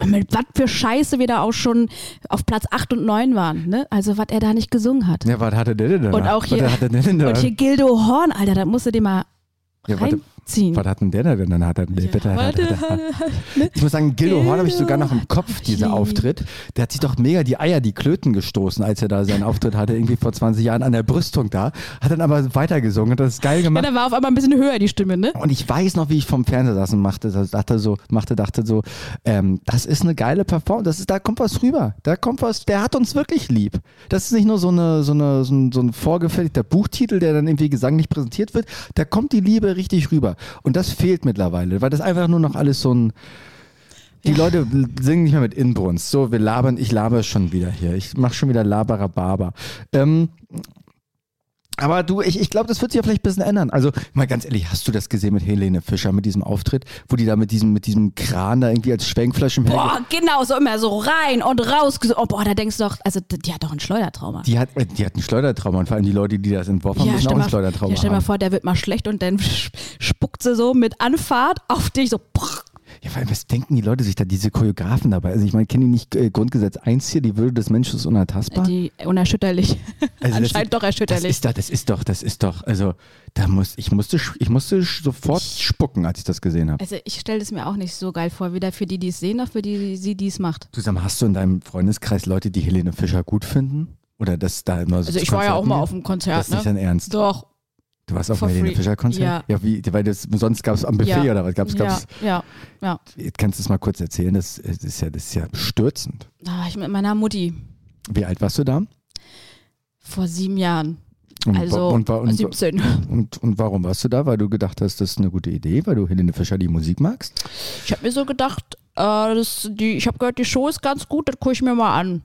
mit was für Scheiße wir da auch schon auf Platz 8 und 9 waren, ne? Also was er da nicht gesungen hat. Ja, was hat er denn da? Und auch hier- Was hat er denn da? Und hier Gildo Horn, Alter, da musst du den mal ja, warte, reinziehen. was hat denn der da denn? Dann hat er, hat er, hat er, hat er. Ich muss sagen, Gildo Horn habe ich sogar noch im Kopf, dieser Horn. Auftritt. Der hat sich doch mega die Eier, die Klöten gestoßen, als er da seinen Auftritt hatte, irgendwie vor 20 Jahren an der Brüstung da. Hat dann aber weitergesungen und das ist geil Ja, gemacht. da war auf einmal ein bisschen höher die Stimme, ne? Und ich weiß noch, wie ich vom Fernseher saß und machte, da dachte so, machte, dachte so, ähm, das ist eine geile Performance, das ist, da kommt was rüber, da kommt was, der hat uns wirklich lieb. Das ist nicht nur so, eine, so, eine, so, ein, so ein vorgefertigter Buchtitel, der dann irgendwie gesanglich präsentiert wird, da kommt die Liebe richtig rüber. Und das fehlt mittlerweile, weil das einfach nur noch alles so ein, die Leute singen nicht mehr mit Inbrunst. So, wir labern, ich laber schon wieder hier. Ich mache schon wieder Laberababa. Ähm, aber du, ich, ich glaube, das wird sich ja vielleicht ein bisschen ändern. Also, mal ganz ehrlich, hast du das gesehen mit Helene Fischer, mit diesem Auftritt, wo die da mit diesem, mit diesem Kran da irgendwie als Schwenkfleisch im Herge- Boah, genau, so immer so rein und raus. ges- Oh, boah, da denkst du doch, also d- die hat doch ein Schleudertrauma. Die hat, äh, die hat ein Schleudertrauma und vor allem die Leute, die das entworfen haben, müssen auch ein mal, Schleudertrauma ja, stell mal haben. vor, der wird mal schlecht und dann spuckt sie so mit Anfahrt auf dich so. prr. Ja, vor allem, was denken die Leute sich da, diese Choreografen dabei? Also, ich meine, kennen die nicht äh, Grundgesetz 1 hier, die Würde des Menschen ist unertastbar? Äh, Die unerschütterlich. Also das Anscheinend ist- doch Das erschütterlich. ist, doch, das ist doch, das ist doch, also da muss, ich musste, sch- ich musste sch- sofort spucken, als ich das gesehen habe. also ich stelle es mir auch nicht so geil vor, weder für die, die es sehen, noch für die, die sie dies macht. Du sag mal, hast du in deinem Freundeskreis Leute, die Helene Fischer gut finden? Oder das da immer so Also zu ich war ja Konzerten auch mal gehen? auf dem Das Konzert, ist nicht ne? dein Ernst. Doch, Du warst auf For einem Helene free. Fischer-Konzert? Ja. wie, weil das, sonst gab es am Buffet Ja. oder was? Gab's, gab's, ja, ja, Kannst du es mal kurz erzählen? Das, äh, das ist ja, das ist ja bestürzend. da war ich mit meiner Mutti Wie alt warst du da? vor sieben Jahren, Und, also und, war- und, 17. und, und warum warst du da? Weil du gedacht hast, das ist eine gute Idee, weil du Helene Fischer die Musik magst? Ich habe mir so gedacht, äh, das, die, ich habe gehört, die Show ist ganz gut, das gucke ich mir mal an.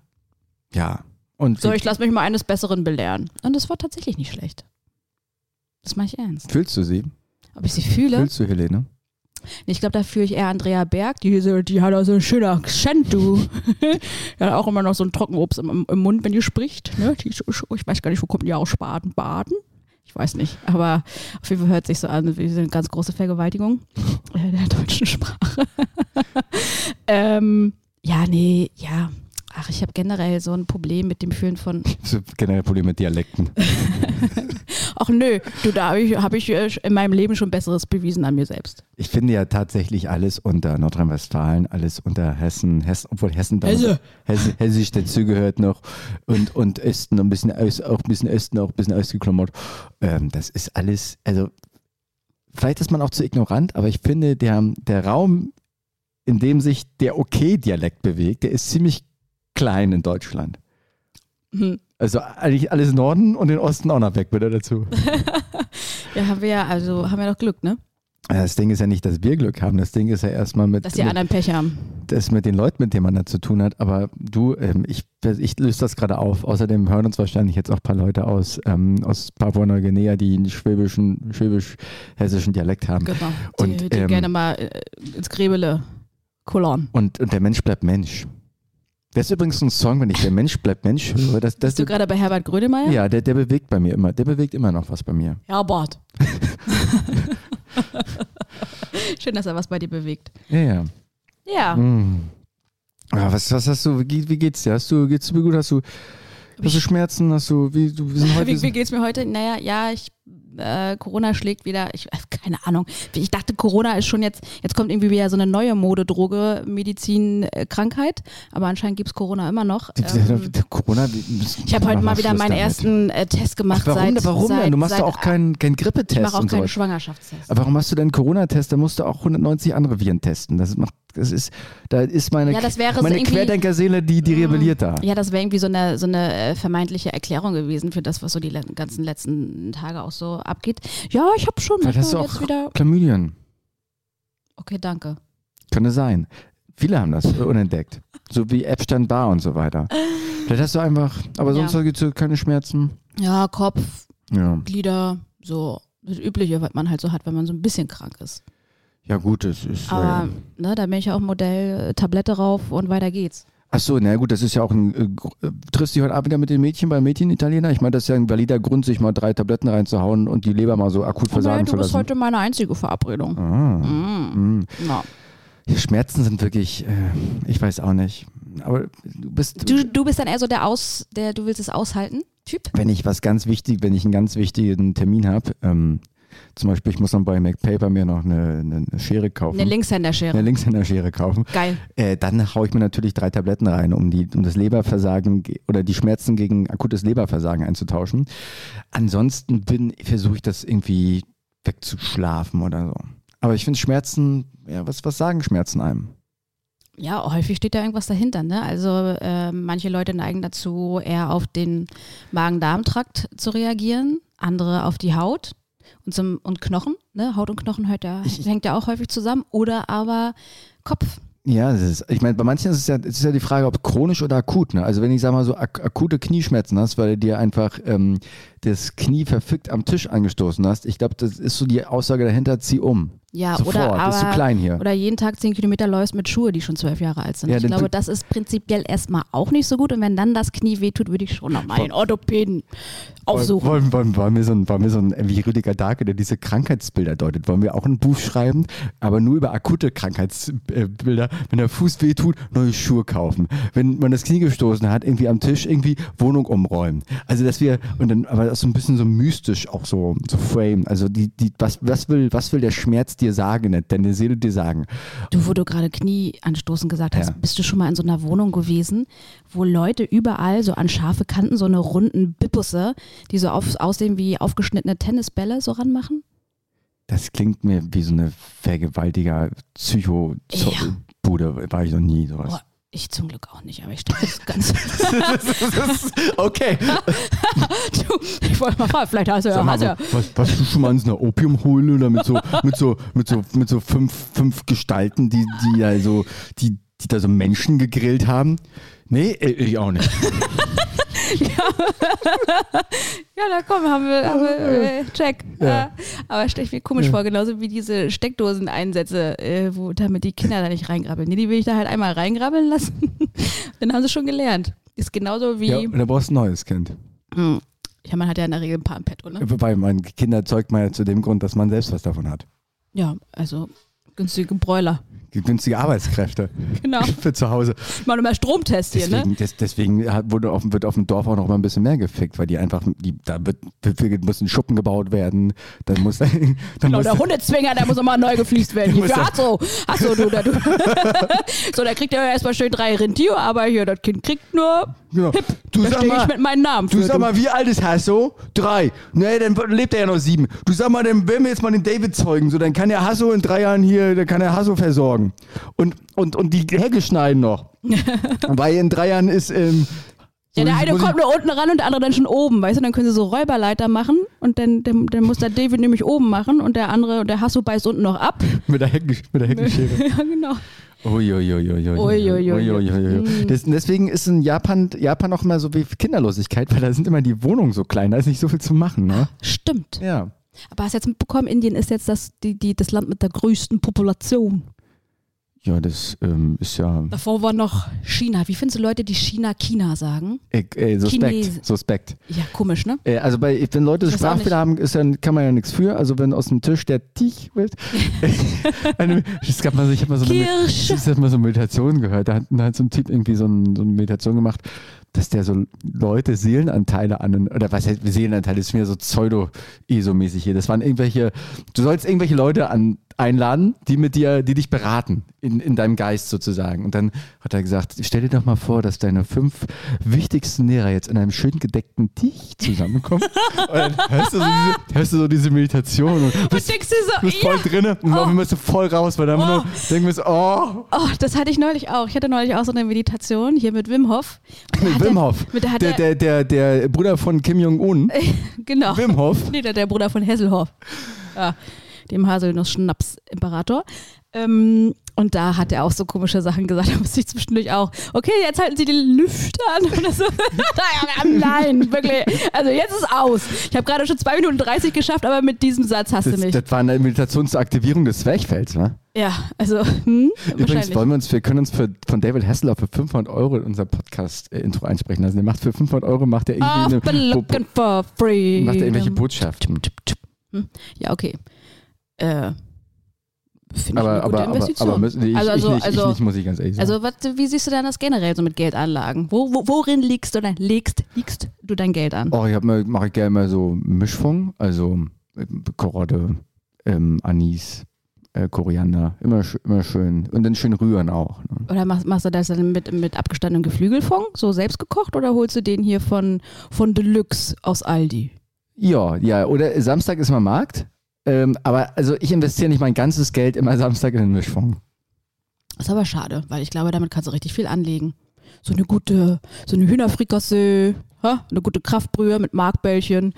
Ja. Und So, ich lasse mich mal eines Besseren belehren. Hm. Und das war tatsächlich nicht schlecht. Das mache ich ernst. fühlst du sie? Ob ich sie fühle? Fühlst du Helene? Nee, Ich glaube, da fühle ich eher Andrea Berg. Die, so- die hat auch so einen schönen Akzent, du. die hat auch immer noch so ein Trockenobst im, im Mund, wenn die spricht. Ne? Die, ist so- ich weiß gar nicht, wo kommt die aus Spaden? Baden? Ich weiß nicht. Aber auf jeden Fall hört sich so an, wie so eine ganz große Vergewaltigung äh, der deutschen Sprache. ähm, ja, nee, ja. Ach, ich habe generell so ein Problem mit dem Fühlen von So generell Problem mit Dialekten. Ach nö, du, da habe ich, hab ich äh, in meinem Leben schon Besseres bewiesen an mir selbst. Ich finde ja tatsächlich alles unter Nordrhein-Westfalen, alles unter Hessen, Hessen obwohl Hessen da Hesse. Hesse, Hessisch dazugehört noch und, und Osten, ein bisschen aus, auch ein bisschen Osten, auch ein bisschen ausgeklammert. Ähm, das ist alles, also vielleicht ist man auch zu ignorant, aber ich finde, der, der Raum in dem sich der Okay-Dialekt bewegt, der ist ziemlich klein in Deutschland. Hm. Also eigentlich alles Norden und den Osten auch noch weg, bitte dazu. Ja, haben wir ja, also haben wir doch Glück, ne? Das Ding ist ja nicht, dass wir Glück haben. Das Ding ist ja erstmal mit, Dass die mit, anderen Pech haben. das mit den Leuten, mit denen man da zu tun hat. Aber du, ähm, ich, ich löse das gerade auf. Außerdem hören uns wahrscheinlich jetzt auch ein paar Leute aus, ähm, aus Papua-Neuguinea, die einen schwäbischen, schwäbisch-hessischen Dialekt haben. Genau. Die, Und, die ähm, gerne mal äh, ins Gräbele kolon. Und, und der Mensch bleibt Mensch. Das ist übrigens ein Song, wenn ich der Mensch bleibt Mensch höre. Das, das, Bist du gerade bei Herbert Grönemeyer? ja, der, der bewegt bei mir immer. Der bewegt immer noch was bei mir. Herbert. Schön, dass er was bei dir bewegt. Ja, ja. Ja, Mm. Ah, was, was hast du? Wie, geht- wie geht's dir? Hast du, geht's dir gut? Hast du, hast du Schmerzen? Hast du, wie, du, wir sind heute, wie, wie geht's mir heute? Naja, ja, ich, äh, Corona schlägt wieder, ich, äh, keine Ahnung. Ich dachte, Corona ist schon jetzt, jetzt kommt irgendwie wieder so eine neue Modedroge, Medizin, äh, Krankheit. Aber anscheinend gibt's Corona immer noch. Ähm, Corona, wir müssen- ich habe heute mach mal wieder Schluss meinen damit. ersten äh, Test gemacht. Ach, warum seit, denn? Warum seit, denn? Du machst seit, doch auch keinen keinen Grippetest Ich mache auch und so. keinen Schwangerschaftstest. Aber warum machst du denn Corona-Test? Da musst du auch 190 andere Viren testen. Das macht, das ist, da ist meine, Ja, das wäre so meine irgendwie- Mm. Querdenkerseele, die, die rebelliert da. Ja, das wäre irgendwie so eine, so eine äh, vermeintliche Erklärung gewesen für das, was so die le ganzen letzten Tage auch so abgeht. Ja, ich habe schon Vielleicht hast du manchmal auch jetzt wieder. Chlamydien. Okay, danke. Könnte sein. Viele haben das unentdeckt. So wie Epstein-Barr und so weiter. Vielleicht hast du einfach, aber sonst Ja. gibt es keine Schmerzen. Ja, Kopf, Ja. Glieder, so das Übliche, was man halt so hat, wenn man so ein bisschen krank ist. Ja, gut, das ist. Aber Äh, ne, da bin ich ja auch Modell, äh, Tablette rauf und weiter geht's. achso, na gut, das ist ja auch ein. Äh, gr- äh, triffst du dich heute Abend wieder mit den Mädchen beim Mädchen-Italiener? Ich meine, das ist ja ein valider Grund, sich mal drei Tabletten reinzuhauen und die Leber mal so akut Aber ja, versagen Oh du zu bist lassen. heute meine einzige Verabredung. Ah. Mhm. Mhm. Na. Schmerzen sind wirklich, äh, ich weiß auch nicht. Aber du bist, Du, du bist dann eher so der Aus, der du willst es aushalten, Typ. wenn ich was ganz wichtig, wenn ich einen ganz wichtigen Termin habe, ähm, zum Beispiel, ich muss dann bei MacPaper mir noch eine, eine, eine Schere kaufen. Eine Linkshänderschere. eine Linkshänderschere kaufen, Geil. äh, dann haue ich mir natürlich drei Tabletten rein, um, die, um das Leberversagen ge- oder die Schmerzen gegen akutes Leberversagen einzutauschen. Ansonsten bin, versuche ich das irgendwie wegzuschlafen oder so. Aber ich finde Schmerzen, ja, was, was sagen Schmerzen einem? Ja, häufig steht da irgendwas dahinter. Ne? Also äh, manche Leute neigen dazu, eher auf den Magen-Darm-Trakt zu reagieren, andere auf die Haut und, zum, und Knochen. Ne? Haut und Knochen hört ja, hängt ja auch häufig zusammen. Oder aber Kopf. Ja, das ist, ich meine, bei manchen ist es ja, es ist ja die Frage, ob chronisch oder akut. Ne? Also wenn ich sag mal so ak akute Knieschmerzen hast, weil du dir einfach ähm, das Knie verfickt am Tisch angestoßen hast, ich glaube, das ist so die Aussage dahinter, zieh um. Ja, Sofort, Ah, oder aber das ist zu klein hier. Oder jeden Tag zehn Kilometer läufst mit Schuhe, die schon zwölf Jahre alt sind. Ja, ich dann glaube, tut- das ist prinzipiell erstmal auch nicht so gut. Und wenn dann das Knie wehtut, würde ich schon nochmal einen Orthopäden aufsuchen. Wollen, wollen, wollen wir so ein, wollen wir so ein wie Rüdiger Darke, der diese Krankheitsbilder deutet, wollen wir auch ein Buch schreiben, aber nur über akute Krankheitsbilder. Wenn der Fuß weh tut, neue Schuhe kaufen. Wenn man das Knie gestoßen hat, irgendwie am Tisch, irgendwie Wohnung umräumen. Also dass wir und dann aber das so ein bisschen so mystisch auch so so frame. Also die, die was was will was will der Schmerz dir sagen, ne? deine Seele dir sagen? Du, wo du gerade Knie anstoßen gesagt hast, Mhm. Ja. bist du schon mal in so einer Wohnung gewesen, wo Leute überall so an scharfe Kanten so eine runden Bippusse, die so auf, aussehen wie aufgeschnittene Tennisbälle so ranmachen? Das klingt mir wie so eine vergewaltiger Psycho Ja. Bude war ich noch nie sowas. Boah, ich zum Glück auch nicht, aber ich stelle das ganz. Okay. du, ich wollte mal fragen, vielleicht hast du ja. Sag mal, Hast du ja. was, warst du schon mal in so einer Opiumhöhle oder mit so, mit so, mit so, mit so fünf, fünf Gestalten, die, die, da so, die, die da so Menschen gegrillt haben? Nee, äh, ich auch nicht. Ja, na komm, haben wir, haben wir äh, check. Äh, aber stelle ich mir komisch vor, genauso wie diese Steckdoseneinsätze, äh, wo, damit die Kinder da nicht reingrabbeln. Nee, die will ich da halt einmal reingrabbeln lassen. Dann haben sie schon gelernt. Ist genauso wie. Ja, und da brauchst du ein neues Kind. Hm. Ja, man hat ja in der Regel ein paar im Petto, ne? Wobei, man Kinder zeugt man ja zu dem Grund, dass man selbst was davon hat. Ja, also günstige Bräuler. Günstige Arbeitskräfte Genau. für zu Hause. Mal immer Stromtest hier, Deswegen, ne? des, deswegen hat- wurde auf, wird auf dem Dorf auch noch mal ein bisschen mehr gefickt, weil die einfach, die, da wird, muss ein Schuppen gebaut werden, dann muss, dann Genau, muss der Hundezwinger, der muss auch mal neu gefliest werden. Der muss Für ja- Hatzo. Hatzo, du, da, du. so, da kriegt er ja erstmal schön drei Rentier, aber hier, das Kind kriegt nur. Genau. Du Da sag stehe ich mal, mit meinem Namen. Du für, sag mal, wie alt ist Hasso? Drei. Nee, dann lebt er ja noch sieben. Du sag mal, dann werden wir jetzt mal den David zeugen. So, dann kann der Hasso in drei Jahren hier, dann kann er Hasso Morgen. Und, und, und die Hecke schneiden noch. Weil in drei Jahren ist. Ähm, Ja, der muss ich- eine muss kommt nur unten ran und der andere dann schon oben, weißt du? Dann können sie so Räuberleiter machen und dann, dann, dann muss der David nämlich oben machen und der andere, der Hasso beißt unten noch ab. ich, mit der Hecken, mit der Heckenschere. ja, genau. Uiuiuiui. Uiuiuiui. Des- Deswegen ist in Japan, Japan auch immer so wie Kinderlosigkeit, weil da sind immer die Wohnungen so klein, da ist nicht so viel zu machen. Ne? Stimmt. Ja. Aber hast du jetzt mitbekommen, Indien ist jetzt das, die, die, das Land mit der größten Population. Ja, das ähm, ist ja. Davor war noch China. Wie findest du Leute, die China China sagen? Ey, ey, e-, äh, suspekt. Chinesen. Suspekt. Ja, komisch, ne? Äh, also bei, wenn Leute Weiß auch nicht. Sprachfehler haben, ist ja, kann man ja nichts für. Also wenn aus dem Tisch der Tich wird. eine, es gab mal so, ich habe mal so eine. Kirsch. Ich habe mal so eine Meditation gehört. Da hat, da hat so ein Typ irgendwie so, ein, so eine Meditation gemacht, dass der so Leute Seelenanteile an, oder was heißt Seelenanteile, das ist mir so pseudo-ESO-mäßig hier. Das waren irgendwelche, du sollst irgendwelche Leute an, einladen, die mit dir, die dich beraten, in, in deinem Geist sozusagen. Und dann hat er gesagt, stell dir doch mal vor, dass deine fünf wichtigsten Lehrer jetzt in einem schön gedeckten Tisch zusammenkommen. und dann hörst du so diese, hörst du so diese Meditation und Und bist, denkst dir so, bist voll ja. drinne und auf einmal bist du voll raus, weil dann Oh. nur denken wir so, oh, Oh, das hatte ich neulich auch. Ich hatte neulich auch so eine Meditation hier mit Wim Hof. Und da Mit hat Wim er- Hof. Mit, da hat Der, der, der, der, der Bruder von Kim Jong-un. genau. Wim Hof. Nee, der, der Bruder von Hesselhoff. Ja, dem Haselnuss-Schnaps-Imperator. Ähm, und da hat er auch so komische Sachen gesagt. Da musste ich zwischendurch auch, okay, jetzt halten Sie die Lüfter an. Oder so. Naja, Nein, wirklich. Also jetzt ist aus. Ich habe gerade schon 2 Minuten 30 geschafft, aber mit diesem Satz hast Das, du mich. das war eine Meditation zur Aktivierung des Zwerchfells, ne? Ja, also, hm, Übrigens wahrscheinlich. wollen wir uns, wir können uns für, von David Hasselhoff für 500 Euro in unser Podcast-Intro einsprechen lassen. Der macht für 500 Euro, macht er irgendwie, I've been eine, Bo- looking for free. Hm. macht er irgendwelche Botschaften. Ja, okay. Äh, Finde ich Aber, eine gute aber, aber, Investition. aber müssen, nee, ich, Also- ich, also- nicht, ich also- nicht, muss ich ganz ehrlich sagen. Also, was, wie siehst du denn das generell so mit Geldanlagen? Wo, wo, worin liegst du, dein, legst, liegst du dein Geld an? oh, ich hab mal- mache gerne mal so Mischfunk, also äh, Karotte, ähm, Anis, äh, Koriander, immer, sch- immer schön. Und dann schön rühren auch. Ne? Oder machst, machst du das dann mit, mit abgestandenem Geflügelfond, so selbst gekocht, oder holst du den hier von, von Deluxe aus Aldi? Ja, ja. Oder Samstag ist mal Markt. Ähm, aber also ich investiere nicht mein ganzes Geld immer Samstag in den Mischfonds. Ist aber schade, weil ich glaube, damit kannst du richtig viel anlegen. So eine gute, so eine Hühnerfrikassee, ha? eine gute Kraftbrühe mit Markbällchen,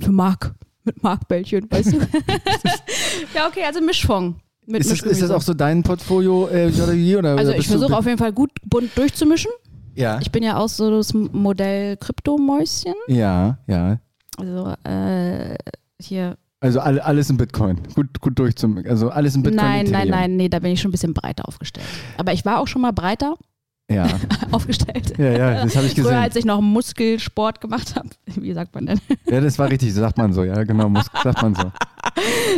für Mark, mit Markbällchen, weißt du? ja, okay, also Mischfond. Mit Ist das, ist das Mischgemüse. auch so dein Portfolio, äh, Strategie? Oder Also oder ich bist du- versuche auf jeden Fall gut bunt durchzumischen. Ja, Ich bin ja auch so das Modell Kryptomäuschen. ja, ja. Also äh, hier. Also alle, alles in Bitcoin. Gut, gut durch zum. Also alles in Bitcoin. nein, nein, Ethereum. nein, nee, da bin ich schon ein bisschen breiter aufgestellt. Aber ich war auch schon mal breiter Ja, aufgestellt. ja, ja das habe ich Früher, gesehen. als ich noch Muskelsport gemacht habe. Wie sagt man denn? Ja, das war richtig, sagt man so. Ja, genau, muss, sagt man so.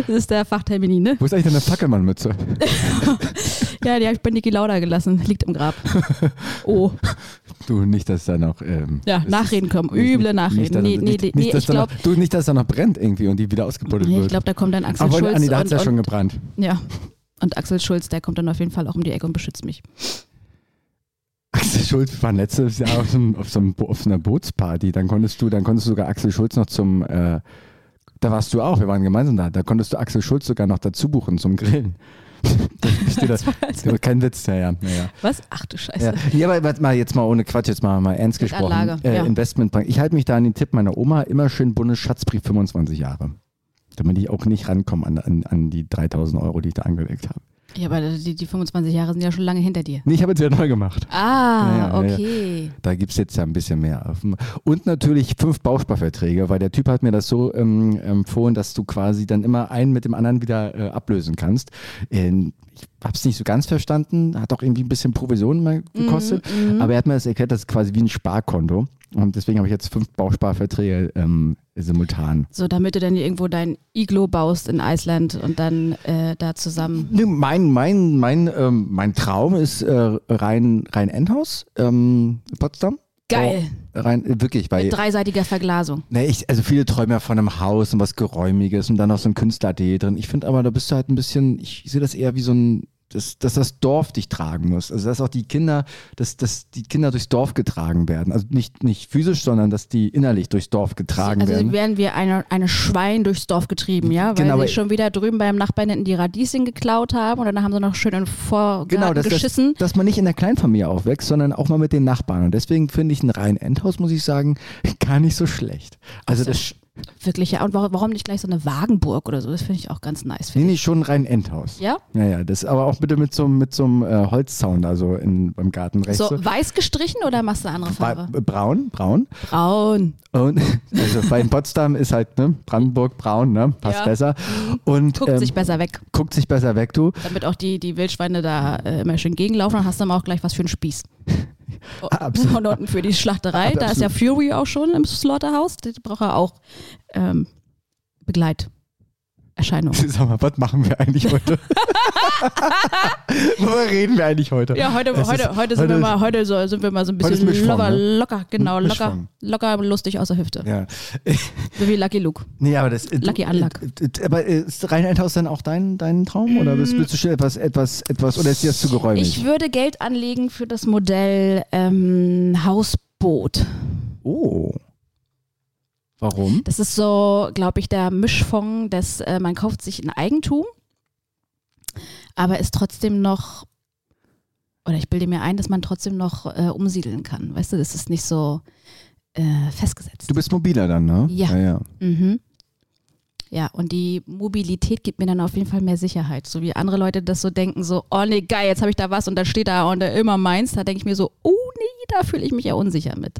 Das ist der Fachtermini, ne? Wo ist eigentlich deine Fackelmannmütze? Ja, die habe ich bei Niki Lauda gelassen. Liegt im Grab. Oh, Du, nicht, dass da noch. Ähm, ja, das ist- Nachreden kommen. nicht- Üble Nicht, Nachreden. dass- Nee, nee, nicht, nee, nicht, nee dass ich da noch- glaube, Du, nicht, dass da noch brennt irgendwie und die wieder ausgebuddelt nee, ich wird. glaub, da kommt dann Axel Aber Schulz. Anni, da hat es und, ja schon und, gebrannt. Ja. Und Axel Schulz, der kommt dann auf jeden Fall auch um die Ecke und beschützt mich. Axel Schulz war letztes Jahr auf, so einem, auf, so einem, Bo- auf so einer Bootsparty. Dann konntest du, dann konntest du sogar Axel Schulz noch zum, äh, da warst du auch, wir waren gemeinsam da. Da konntest du Axel Schulz sogar noch dazu buchen zum Grillen. Ich stehe da, kein Witz, ja, ja. ja, ja. Was? Ach du Scheiße. ja. Nee, aber warte mal, jetzt mal ohne Quatsch, jetzt mal, mal ernst Mit gesprochen. Anlage, äh, ja. Investmentbank. Ich halte mich da an den Tipp meiner Oma, immer schön Bundesschatzbrief 25 Jahre. Damit ich auch nicht rankomme an, an, an die 3000 Euro, die ich da angelegt habe. Ja, aber die, die 25 Jahre sind ja schon lange hinter dir. Nee, ich habe jetzt wieder neu gemacht. Ah, Ja, ja, ja, ja. okay. Da gibt es jetzt ja ein bisschen mehr. auf dem- Und natürlich fünf Bausparverträge, weil der Typ hat mir das so ähm, empfohlen, dass du quasi dann immer einen mit dem anderen wieder äh, ablösen kannst. Ähm, ich habe es nicht so ganz verstanden, hat auch irgendwie ein bisschen Provision mal gekostet, Mhm, aber er hat mir das erklärt, das ist quasi wie ein Sparkonto. Und deswegen habe ich jetzt fünf Bausparverträge ähm, simultan. So, damit du dann hier irgendwo dein Iglo baust in Island und dann äh, da zusammen. Nee, mein, mein, mein, ähm, mein Traum ist äh, Rhein, Rhein-Endhaus, ähm, Potsdam. Geil. Oh, Rhein, wirklich, weil Mit dreiseitiger Verglasung. Nee, ich, also viele träumen ja von einem Haus und was Geräumiges und dann noch so ein Künstler-AD drin. Ich finde aber, da bist du halt ein bisschen, ich sehe das eher wie so ein dass, dass das Dorf dich tragen muss. Also dass auch die Kinder, dass, dass die Kinder durchs Dorf getragen werden. Also nicht, nicht physisch, sondern dass die innerlich durchs Dorf getragen Also werden. werden wir eine, eine Schwein durchs Dorf getrieben, ja? Weil Genau, sie aber- schon wieder drüben beim Nachbarn hinten die Radieschen geklaut haben und dann haben sie noch schön in den Vorgarten Genau, dass, dass, geschissen. dass man nicht in der Kleinfamilie aufwächst, sondern auch mal mit den Nachbarn. Und deswegen finde ich ein rein Endhaus, muss ich sagen, gar nicht so schlecht. Also das, sch- Wirklich, ja. Und warum, warum nicht gleich so eine Wagenburg oder so? Das finde ich auch ganz nice. nee, finde nee, schon ein rein Endhaus. ich. Ja? Ja, ja, das aber auch bitte mit so, einem- mit so einem äh, Holzzaun, also in, beim Garten rechts. So, so. weiß gestrichen oder machst du eine andere Ba- Farbe? äh, braun, braun. Braun. Und, also bei Potsdam ist halt ne, Brandenburg braun, ne? passt Ja. Mhm. besser. Und Guckt ähm, sich besser weg. guckt sich besser weg, du. Damit auch die, die Wildschweine da äh, immer schön gegenlaufen, dann hast du aber auch gleich was für einen Spieß. Absolut. Und unten für die Schlachterei, da ist ja Fury auch schon im Slaughterhouse, da braucht er auch ähm, Begleiterscheinung. Sag mal, was machen wir eigentlich heute? Worüber reden wir eigentlich heute? Ja, heute, Es heute, ist- heute, sind heute wir ist- mal, heute so, sind wir mal so ein Heute ist bisschen Mischform, locker, ne? locker, genau, locker, Mischform. locker, lustig aus der Hüfte. Ja. So wie Lucky Luke. Nee, aber das. äh, Lucky Unluck. Aber äh, ist rein Endhaus dann auch dein, dein Traum? Oder bist, bist du schon etwas, etwas, etwas, oder ist dir das zu Mm. Ich geräumig? würde Geld anlegen für das Modell ähm, Hausboot. Oh. Warum? Das ist so, glaube ich, der Mischfonds, dass äh, man kauft sich ein Eigentum, aber ist trotzdem noch, oder ich bilde mir ein, dass man trotzdem noch äh, umsiedeln kann. Weißt du, das ist nicht so äh, festgesetzt. Du bist mobiler dann, ne? Ja. ja, ja. Mhm. Ja, und die Mobilität gibt mir dann auf jeden Fall mehr Sicherheit. So wie andere Leute das so denken, so, oh nee, geil, jetzt habe ich da was und da steht da und da immer meins. Da denke ich mir so, oh nee, da fühle ich mich ja unsicher mit.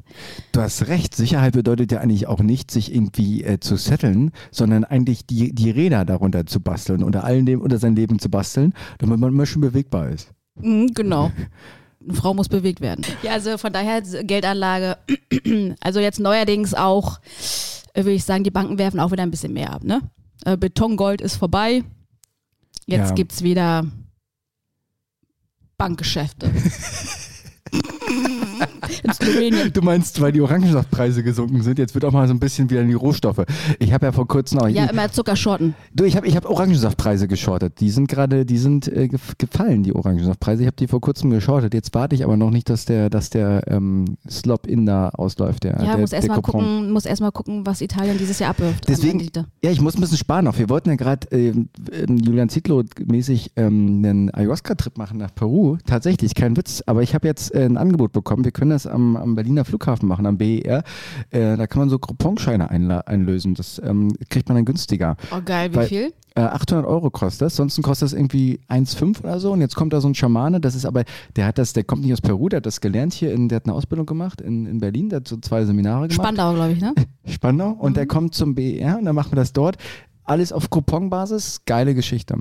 Du hast recht, Sicherheit bedeutet ja eigentlich auch nicht, sich irgendwie äh, zu setteln, sondern eigentlich die, die Räder darunter zu basteln, unter allen dem, unter sein Leben zu basteln, damit man immer schön bewegbar ist. Mhm, genau. Eine Frau muss bewegt werden. Ja, also von daher s- Geldanlage. Also jetzt neuerdings auch, äh, würde ich sagen, die Banken werfen auch wieder ein bisschen mehr ab. Ne? Äh, Betongold ist vorbei. Jetzt Ja. gibt es wieder Bankgeschäfte. In Slowenien. Du meinst, weil die Orangensaftpreise gesunken sind, jetzt wird auch mal so ein bisschen wieder in die Rohstoffe. Ich habe ja vor kurzem auch. Ja, immer Zuckerschorten. du, ich habe ich hab Orangensaftpreise geschortet. Die sind gerade, die sind äh, gef- gefallen, die Orangensaftpreise. Ich habe die vor kurzem geschortet. Jetzt warte ich aber noch nicht, dass der, dass der ähm, Slop in da ausläuft. Ah, Der, Ja, der, muss der erstmal Coupon. gucken, muss erst mal gucken, was Italien dieses Jahr abwirft. an Deswegen, Rendite. ja, ich muss ein bisschen sparen noch. Wir wollten ja gerade ähm, ähm, Julian Zietlow mäßig ähm, einen Ayahuasca-Trip machen nach Peru. Tatsächlich, kein Witz. Aber ich habe jetzt äh, ein Angebot bekommen. Wir können das am, am Berliner Flughafen machen, am BER. Äh, da kann man so Couponscheine einla- einlösen. Das ähm, kriegt man dann günstiger. Oh geil, wie Weil- viel? Äh, 800 Euro kostet das, sonst kostet das irgendwie 1,5 oder so. Und jetzt kommt da so ein Schamane, das ist aber, der hat das, der kommt nicht aus Peru, der hat das gelernt hier, in, der hat eine Ausbildung gemacht in, in Berlin, der hat so zwei Seminare gemacht. Spandau, glaube ich, ne? Spannung und Mhm. der kommt zum BER und dann machen wir das dort. Alles auf Couponbasis, geile Geschichte.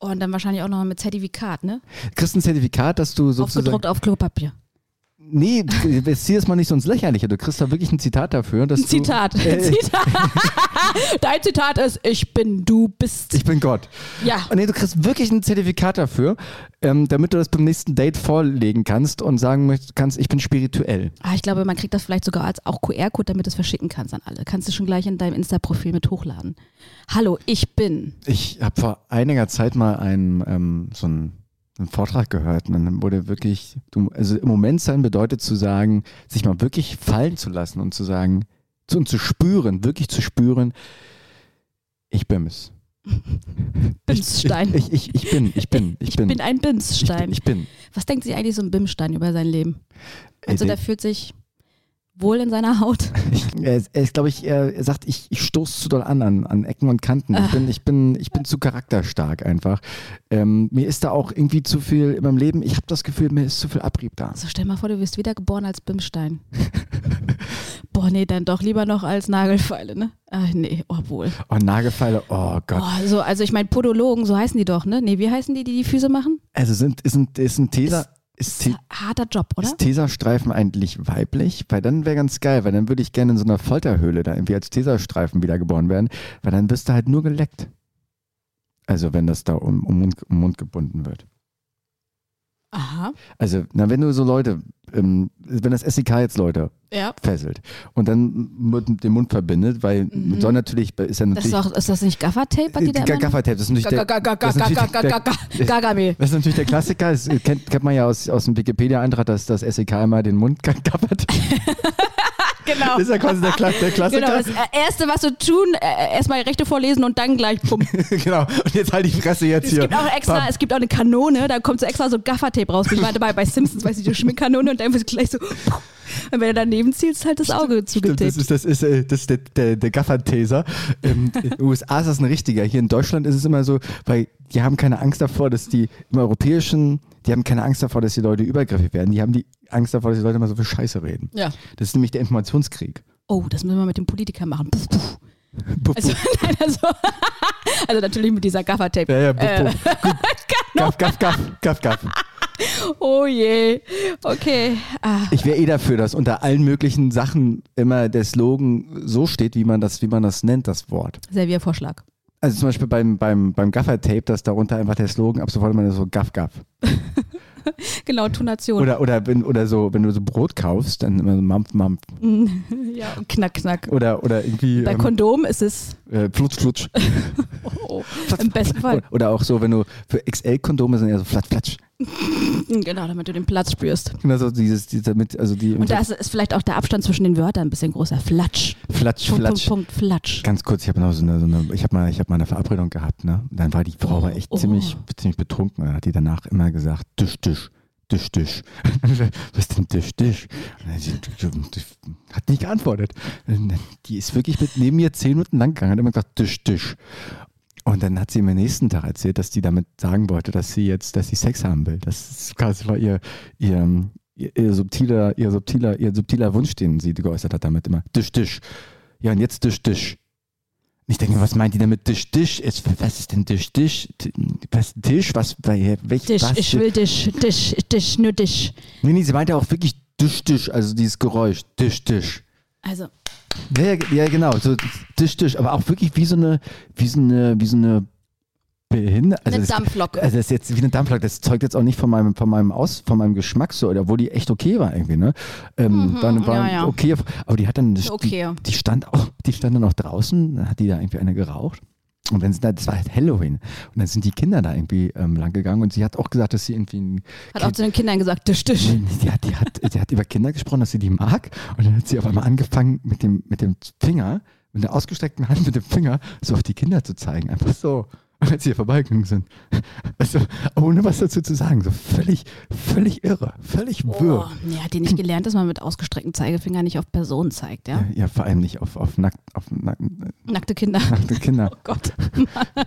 Oh, Und dann wahrscheinlich auch noch mit Zertifikat, ne? Kriegst ein Zertifikat, dass du sozusagen. Aufgedruckt auf Klopapier. Nee, zieh es mal nicht so ins Lächerliche. Du kriegst da wirklich ein Zitat dafür. Dass Ein Zitat. Du, äh, Zitat. Dein Zitat ist, ich bin, du bist. ich bin Gott. ja. Und nee, du kriegst wirklich ein Zertifikat dafür, ähm, damit du das beim nächsten Date vorlegen kannst und sagen möcht- kannst, ich bin spirituell. Ah, ich glaube, man kriegt das vielleicht sogar als auch QR-Code, damit du es verschicken kannst an alle. Kannst du schon gleich in deinem Insta-Profil mit hochladen. Hallo, ich bin. Ich habe vor einiger Zeit mal einen, ähm, so einen, einen Vortrag gehört und dann wurde wirklich, du, also im Moment sein bedeutet zu sagen, sich mal wirklich fallen zu lassen und zu sagen, zu, und zu spüren, wirklich zu spüren, ich bin es. Bimsstein. Ich, ich, ich, ich bin, ich bin, ich, Ich bin, ein ich bin, Bimsstein. ich bin. Was denkt sich eigentlich so ein Bimsstein über sein Leben? Also Ey, der fühlt sich wohl in seiner Haut. Ich, er ist, er ist glaube ich, er sagt, ich, ich stoße zu doll an, an, an Ecken und Kanten. Ich bin, ich bin, ich bin zu charakterstark einfach. Ähm, mir ist da auch irgendwie zu viel in meinem Leben. Ich habe das Gefühl, mir ist zu viel Abrieb da. So, stell mal vor, du wirst wiedergeboren als Bimsstein. Boah, nee, dann doch lieber noch als Nagelfeile, ne? Ach nee, obwohl. Oh, Nagelfeile, oh Gott. Oh, so, also ich meine, Podologen, so heißen die doch, ne? Nee, wie heißen die, die die Füße machen? Also sind, ist ein, ist ein Teser. Ist, Oh. Ist Te- harter Job, oder? ist Teserstreifen eigentlich weiblich? Weil dann wäre ganz geil, weil dann würde ich gerne in so einer Folterhöhle da irgendwie als Teserstreifen wiedergeboren werden, weil dann wirst du halt nur geleckt. Also wenn das da um, um, Mund, um Mund gebunden wird. Aha. Also, na, wenn du so Leute, ähm, wenn das SEK jetzt Leute Ja. fesselt und dann mit dem Mund verbindet, weil soll natürlich, ist ja Mhm. Das ist, natürlich. doch, ist das nicht Gaffer-Tape, was die da Ga- immer... Gaffertape, das ist natürlich der- das ist natürlich der- Gagami. Das ist natürlich der Klassiker, das kennt, kennt man ja aus, aus dem Wikipedia-Eintrag, dass das SEK immer den Mund gappert. Genau. Das ist ja quasi der, Kla der Genau, Klassiker. das äh, Erste, was zu tun, äh, erstmal Rechte vorlesen und dann gleich pumpen. Genau, und jetzt halt die Fresse jetzt Es hier. gibt auch extra, Bam. es gibt auch eine Kanone, da kommt so extra so Gaffertape raus. Ich war dabei bei Simpsons, weißt du, die Schminkkanone und dann wird gleich so. Und wenn du daneben zielst, ist halt das Auge Stimmt, das zugetippt. ist, das ist, äh, das ist der, der, der Gaffer-Taser. Ähm, in den USA ist das ein richtiger. Hier in Deutschland ist es immer so, weil die haben keine Angst davor, dass die im europäischen, die haben keine Angst davor, dass die Leute übergriffig werden. Die haben die Angst davor, dass die Leute immer so viel Scheiße reden. Ja. Das ist nämlich der Informationskrieg. Oh, das müssen wir mit dem Politiker machen. Puff, puff. Puff, Also, puff. nein, also, also natürlich mit dieser Gaffertape. ja, ja, buff, buff. Gaff, gaff, gaff, gaff, gaff. Oh je. Okay. Ah, Ich wäre eh dafür, dass unter allen möglichen Sachen immer der Slogan so steht, wie man das, wie man das nennt, das Wort. Serviervorschlag. Also zum Beispiel beim, beim, beim Gaffer-Tape, dass darunter einfach der Slogan ab sofort immer so gaff, gaff. Genau, Tonation. Oder, oder, wenn, oder so, wenn du so Brot kaufst, dann immer so Mampf, Mampf. Mhm. ja, und knack, knack. Oder, oder irgendwie Bei ähm, Kondom ist es äh, Flutsch, Flutsch. oh, oh, im besten Fall. Oder, oder auch so, wenn du für XL-Kondome sind eher so Flatsch, Flatsch. Genau, damit du den Platz spürst. Genau so dieses, dieses damit, also die Und da ist- ist vielleicht auch der Abstand zwischen den Wörtern ein bisschen großer. Flatsch. Flatsch, Punkt, Punkt, Flatsch. Punkt, Flatsch. Ganz kurz, ich habe noch so eine, so eine ich habe mal, ich habe mal eine Verabredung gehabt, ne? Und dann war die Frau aber echt Oh. ziemlich, ziemlich betrunken. Dann hat die danach immer gesagt, Tisch, Tisch, Tisch, Tisch. Und dann hab ich gesagt, Was denn Tisch, Tisch? Und dann, sie- die hat nicht geantwortet. Und dann- Die ist wirklich mit neben mir zehn Minuten lang gegangen, hat immer gesagt, Tisch, Tisch. Und dann hat sie mir nächsten Tag erzählt, dass die damit sagen wollte, dass sie jetzt, dass sie Sex haben will. Das ist quasi war ihr, ihr, ihr, ihr subtiler, ihr subtiler, ihr subtiler Wunsch, den sie geäußert hat damit immer. Tisch, Tisch. Ja, und jetzt Tisch, Tisch. Und ich denke, was meint die damit Tisch, Tisch? Jetzt, Was ist denn Tisch, Tisch? T- Was, Tisch? Was, welch, Tisch, was? ich will Tisch, Tisch, Tisch, nur Tisch. Nee, nee, sie meinte auch wirklich Tisch, Tisch, also dieses Geräusch. Tisch, Tisch. Also, Ja, ja, ja genau, so Tisch, Tisch, aber auch wirklich wie so eine, wie so eine, wie so eine Behinder also eine das- Dampflok. Also das ist jetzt wie eine Dampflok, das zeugt jetzt auch nicht von meinem, von meinem Aus, von meinem Geschmack so, oder wo die echt okay war irgendwie, ne? Ähm, war, eine- war Mhm, ja, eine ja. okay, aber die hat dann die, Okay. die, stand auch, die stand dann auch draußen, dann hat die da irgendwie eine geraucht. Und dann sind da, das war halt Halloween. Und dann sind die Kinder da irgendwie ähm, lang gegangen und sie hat auch gesagt, dass sie irgendwie ein Hat auch zu den Kindern gesagt, Tisch, Tisch. die hat, die, hat, die hat über Kinder gesprochen, dass sie die mag. Und dann hat sie auf einmal angefangen, mit dem, mit dem Finger, mit der ausgestreckten Hand mit dem Finger, so auf die Kinder zu zeigen. Einfach so. Und als sie hier vorbeigegangen sind. Also, ohne was dazu zu sagen. So völlig, völlig irre. Völlig Oh, wirr. nee, hat die nicht gelernt, dass man mit ausgestrecktem Zeigefinger nicht auf Personen zeigt, ja? Ja, vor allem nicht auf, auf, nackt, auf nackt, äh, Nackte Kinder. nackte Kinder. Oh Gott.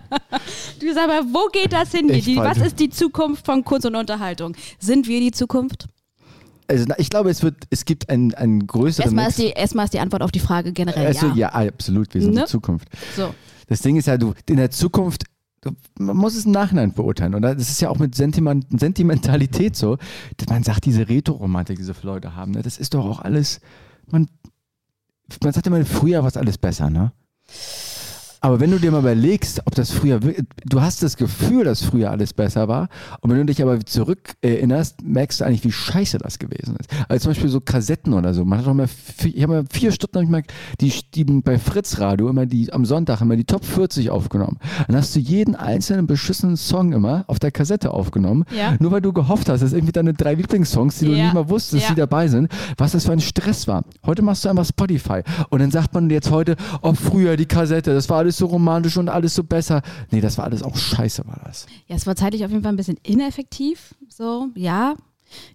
du sag mal, wo geht das hin? Echt Die, was falsch. ist die Zukunft von Kunst und Unterhaltung? Sind wir die Zukunft? Also, na, ich glaube, es, wird, es gibt einen, einen größeren. Erstmal ist, Mix. die, erstmal ist die Antwort auf die Frage generell also, ja. ja. absolut. Wir sind Ne? die Zukunft. So. Das Ding ist ja, du, in der Zukunft, du, man muss es im Nachhinein beurteilen, oder? Das ist ja auch mit Sentiment, Sentimentalität so, dass man sagt, diese Retro-Romantik, die so viele Leute haben, ne, das ist doch auch alles, man, man sagt immer, früher war es alles besser, ne? Aber wenn du dir mal überlegst, ob das früher, wir- du hast das Gefühl, dass früher alles besser war, und wenn du dich aber zurück erinnerst, merkst du eigentlich, wie scheiße das gewesen ist. Also zum Beispiel so Kassetten oder so. Man hat doch mal vier, ich habe mal vier Stunden hab ich mal die, die bei Fritz Radio immer die am Sonntag immer die Top 40 aufgenommen. Dann hast du jeden einzelnen beschissenen Song immer auf der Kassette aufgenommen. Ja. Nur weil du gehofft hast, dass irgendwie deine drei Lieblingssongs, die du Ja. nicht mal wusstest, Ja. die dabei sind, was das für ein Stress war. Heute machst du einfach Spotify und dann sagt man jetzt heute, oh früher die Kassette, das war alles so romantisch und alles so besser. Nee, das war alles auch scheiße, war das. Ja, es war zeitlich auf jeden Fall ein bisschen ineffektiv. So, ja.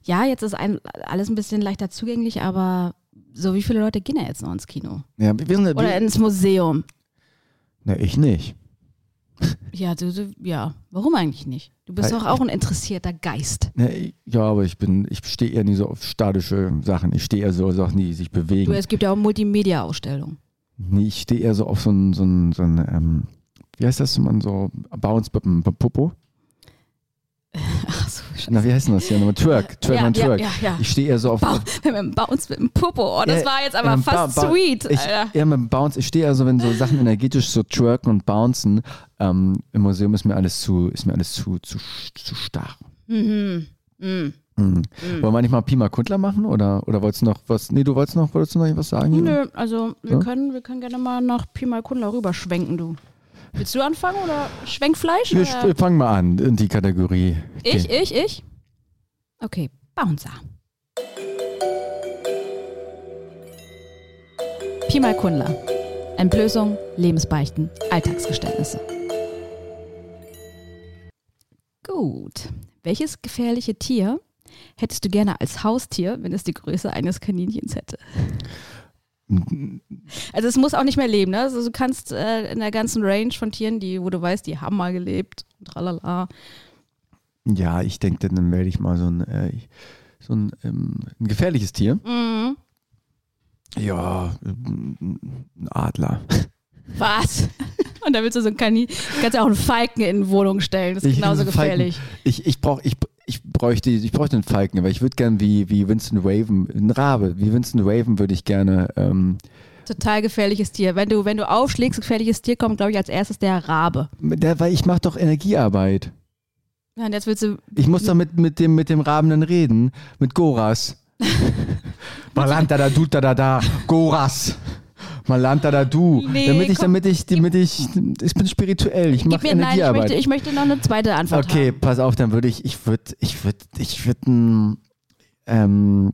Ja, jetzt ist ein, alles ein bisschen leichter zugänglich, aber so wie viele Leute gehen ja jetzt noch ins Kino? Ja, wir sind, Oder ins Museum? Na, ich nicht. Ja, du, du, ja. Warum eigentlich nicht? Du bist Weil- doch auch ein interessierter Geist. Na, ich- ja, aber ich bin, ich stehe eher nie so auf statische Sachen. Ich stehe eher so auf Sachen, die sich bewegen. Du, es gibt ja auch Multimedia-Ausstellungen. nee, ich stehe eher so auf so ein, so ein, so ein ähm, wie heißt das, wenn man so Bounce beim beim Popo? Ach so, Na, wie heißt denn das hier nochmal? Twerk, Twerk, Ja, man ja, Twerk. ja, ja. Ich stehe eher so auf, auf Scheiße. Bei uns mit dem Popo. Oh, das Ja, war jetzt aber ähm, fast ba- ba- sweet. Ich, Alter. ja, mit dem Bounce. Ich stehe also, wenn so Sachen energetisch so twerken und bouncen, ähm, im Museum ist mir alles zu, ist mir alles zu, zu, zu starr. Mhm. Mm. Mhm. Wollen wir nicht mal Pima Kundler machen? Oder, oder wolltest du noch was? Nee, du wolltest noch, wolltest du noch was sagen? Nö, also wir, Ja? können, wir können gerne mal nach Pi mal Kundler rüberschwenken, du. Willst du anfangen oder Schwenkfleisch? Wir oder? sp- fangen mal an in die Kategorie. Ich, Okay. ich, ich? Okay, Bouncer. Pi mal Kundler. Entblößung, Lebensbeichten, Alltagsgeständnisse. Gut. Welches gefährliche Tier hättest du gerne als Haustier, wenn es die Größe eines Kaninchens hätte? Also es muss auch nicht mehr leben, ne? Also du kannst äh, in der ganzen Range von Tieren, die, wo du weißt, die haben mal gelebt, tralala. Ja, ich denke, dann werde ich mal so ein, äh, so ein, ähm, ein gefährliches Tier. Mhm. Ja, ähm, ein Adler. Was? Und da willst du so ein Kanin, du kannst ja auch einen Falken in eine Wohnung stellen, das ist Ich- genauso ein Falken. gefährlich. Ich, ich, brauch, ich, ich, bräuchte, ich bräuchte einen Falken, aber ich würde gern wie, wie Winston Raven, ein Rabe, wie Winston Raven würde ich gerne. Ähm, Total gefährliches Tier. Wenn du, wenn du aufschlägst, gefährliches Tier kommt, glaube ich, als erstes der Rabe. der, weil ich mache doch Energiearbeit. Ja, und jetzt willst du, Ich muss doch mit, mit, dem, mit dem Raben dann reden, mit Goras. Malanta da du da da da, Goras. Malanta da du. Nee, damit ich, komm, damit ich, damit ich, ich bin spirituell, ich gib mache mir nein, ich möchte, Energiearbeit. ich möchte noch eine zweite Antwort Okay, pass auf, dann würde ich, ich würde, ich würde, ich würde ein, ähm,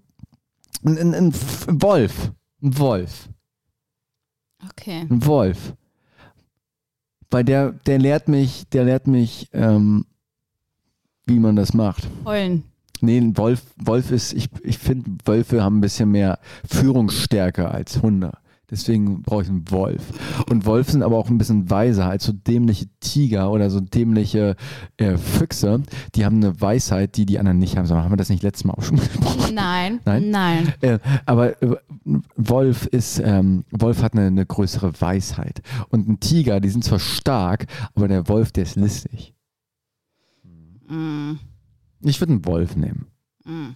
ein, ein, ein F- Wolf, ein Wolf, haben. Okay. ein Wolf. Weil der, der lehrt mich, der lehrt mich, ähm, wie man das macht. Heulen. Nee, ein Wolf, Wolf ist, ich, ich finde, Wölfe haben ein bisschen mehr Führungsstärke als Hunde. Deswegen brauche ich einen Wolf. Und Wolf sind aber auch ein bisschen weiser als so dämliche Tiger oder so dämliche äh, Füchse. Die haben eine Weisheit, die die anderen nicht haben. Sondern haben wir das nicht letztes Mal auch schon besprochen? Nein, Nein? nein. nein. Äh, aber äh, Wolf ist, ähm, Wolf hat eine, eine größere Weisheit. Und ein Tiger, die sind zwar stark, aber der Wolf, der ist listig. Mm, Ich würde einen Wolf nehmen. mm.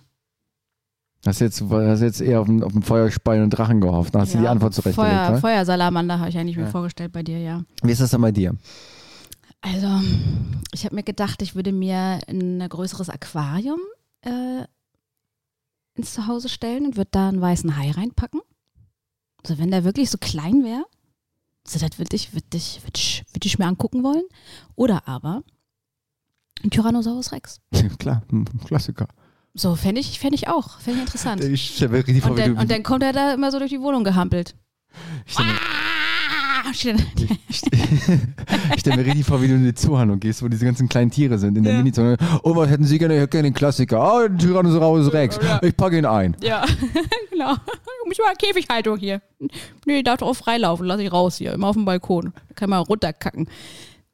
Hast jetzt, hast jetzt eher auf den, auf den Feuerspallen und Drachen gehofft. Dann hast du die Ja, Antwort zurechtgelegt. Feuer, ne? Feuersalamander habe ich eigentlich mir Ja. vorgestellt bei dir, ja. Wie ist das denn bei dir? Also, ich habe mir gedacht, ich würde mir ein ne größeres Aquarium äh, ins Zuhause stellen und würde da einen weißen Hai reinpacken. Also, wenn der wirklich so klein wäre, so das würde ich, würd ich, würd ich, würd ich mir angucken wollen. Oder aber ein Tyrannosaurus Rex. Klar, ein Klassiker. Äh, So, fände ich, fänd ich auch. Fände ich interessant. Ich stelle mir richtig Und dann, und dann kommt er da immer so durch die Wohnung gehampelt. ich stelle mir, Ah, steht dann- ich stell mir richtig vor, wie du in die Zuhandlung gehst, wo diese ganzen kleinen Tiere sind in der Ja. Mini-Zone. Oh, was hätten Sie gerne? Ich hätte gerne den Klassiker. Ah, den Tyrannosaurus Rex. Ich packe ihn ein. Ja, genau. Ich mal Käfighaltung hier. Nee, darf doch auch freilaufen, lass ich raus hier. Immer auf dem Balkon. Kann mal runterkacken.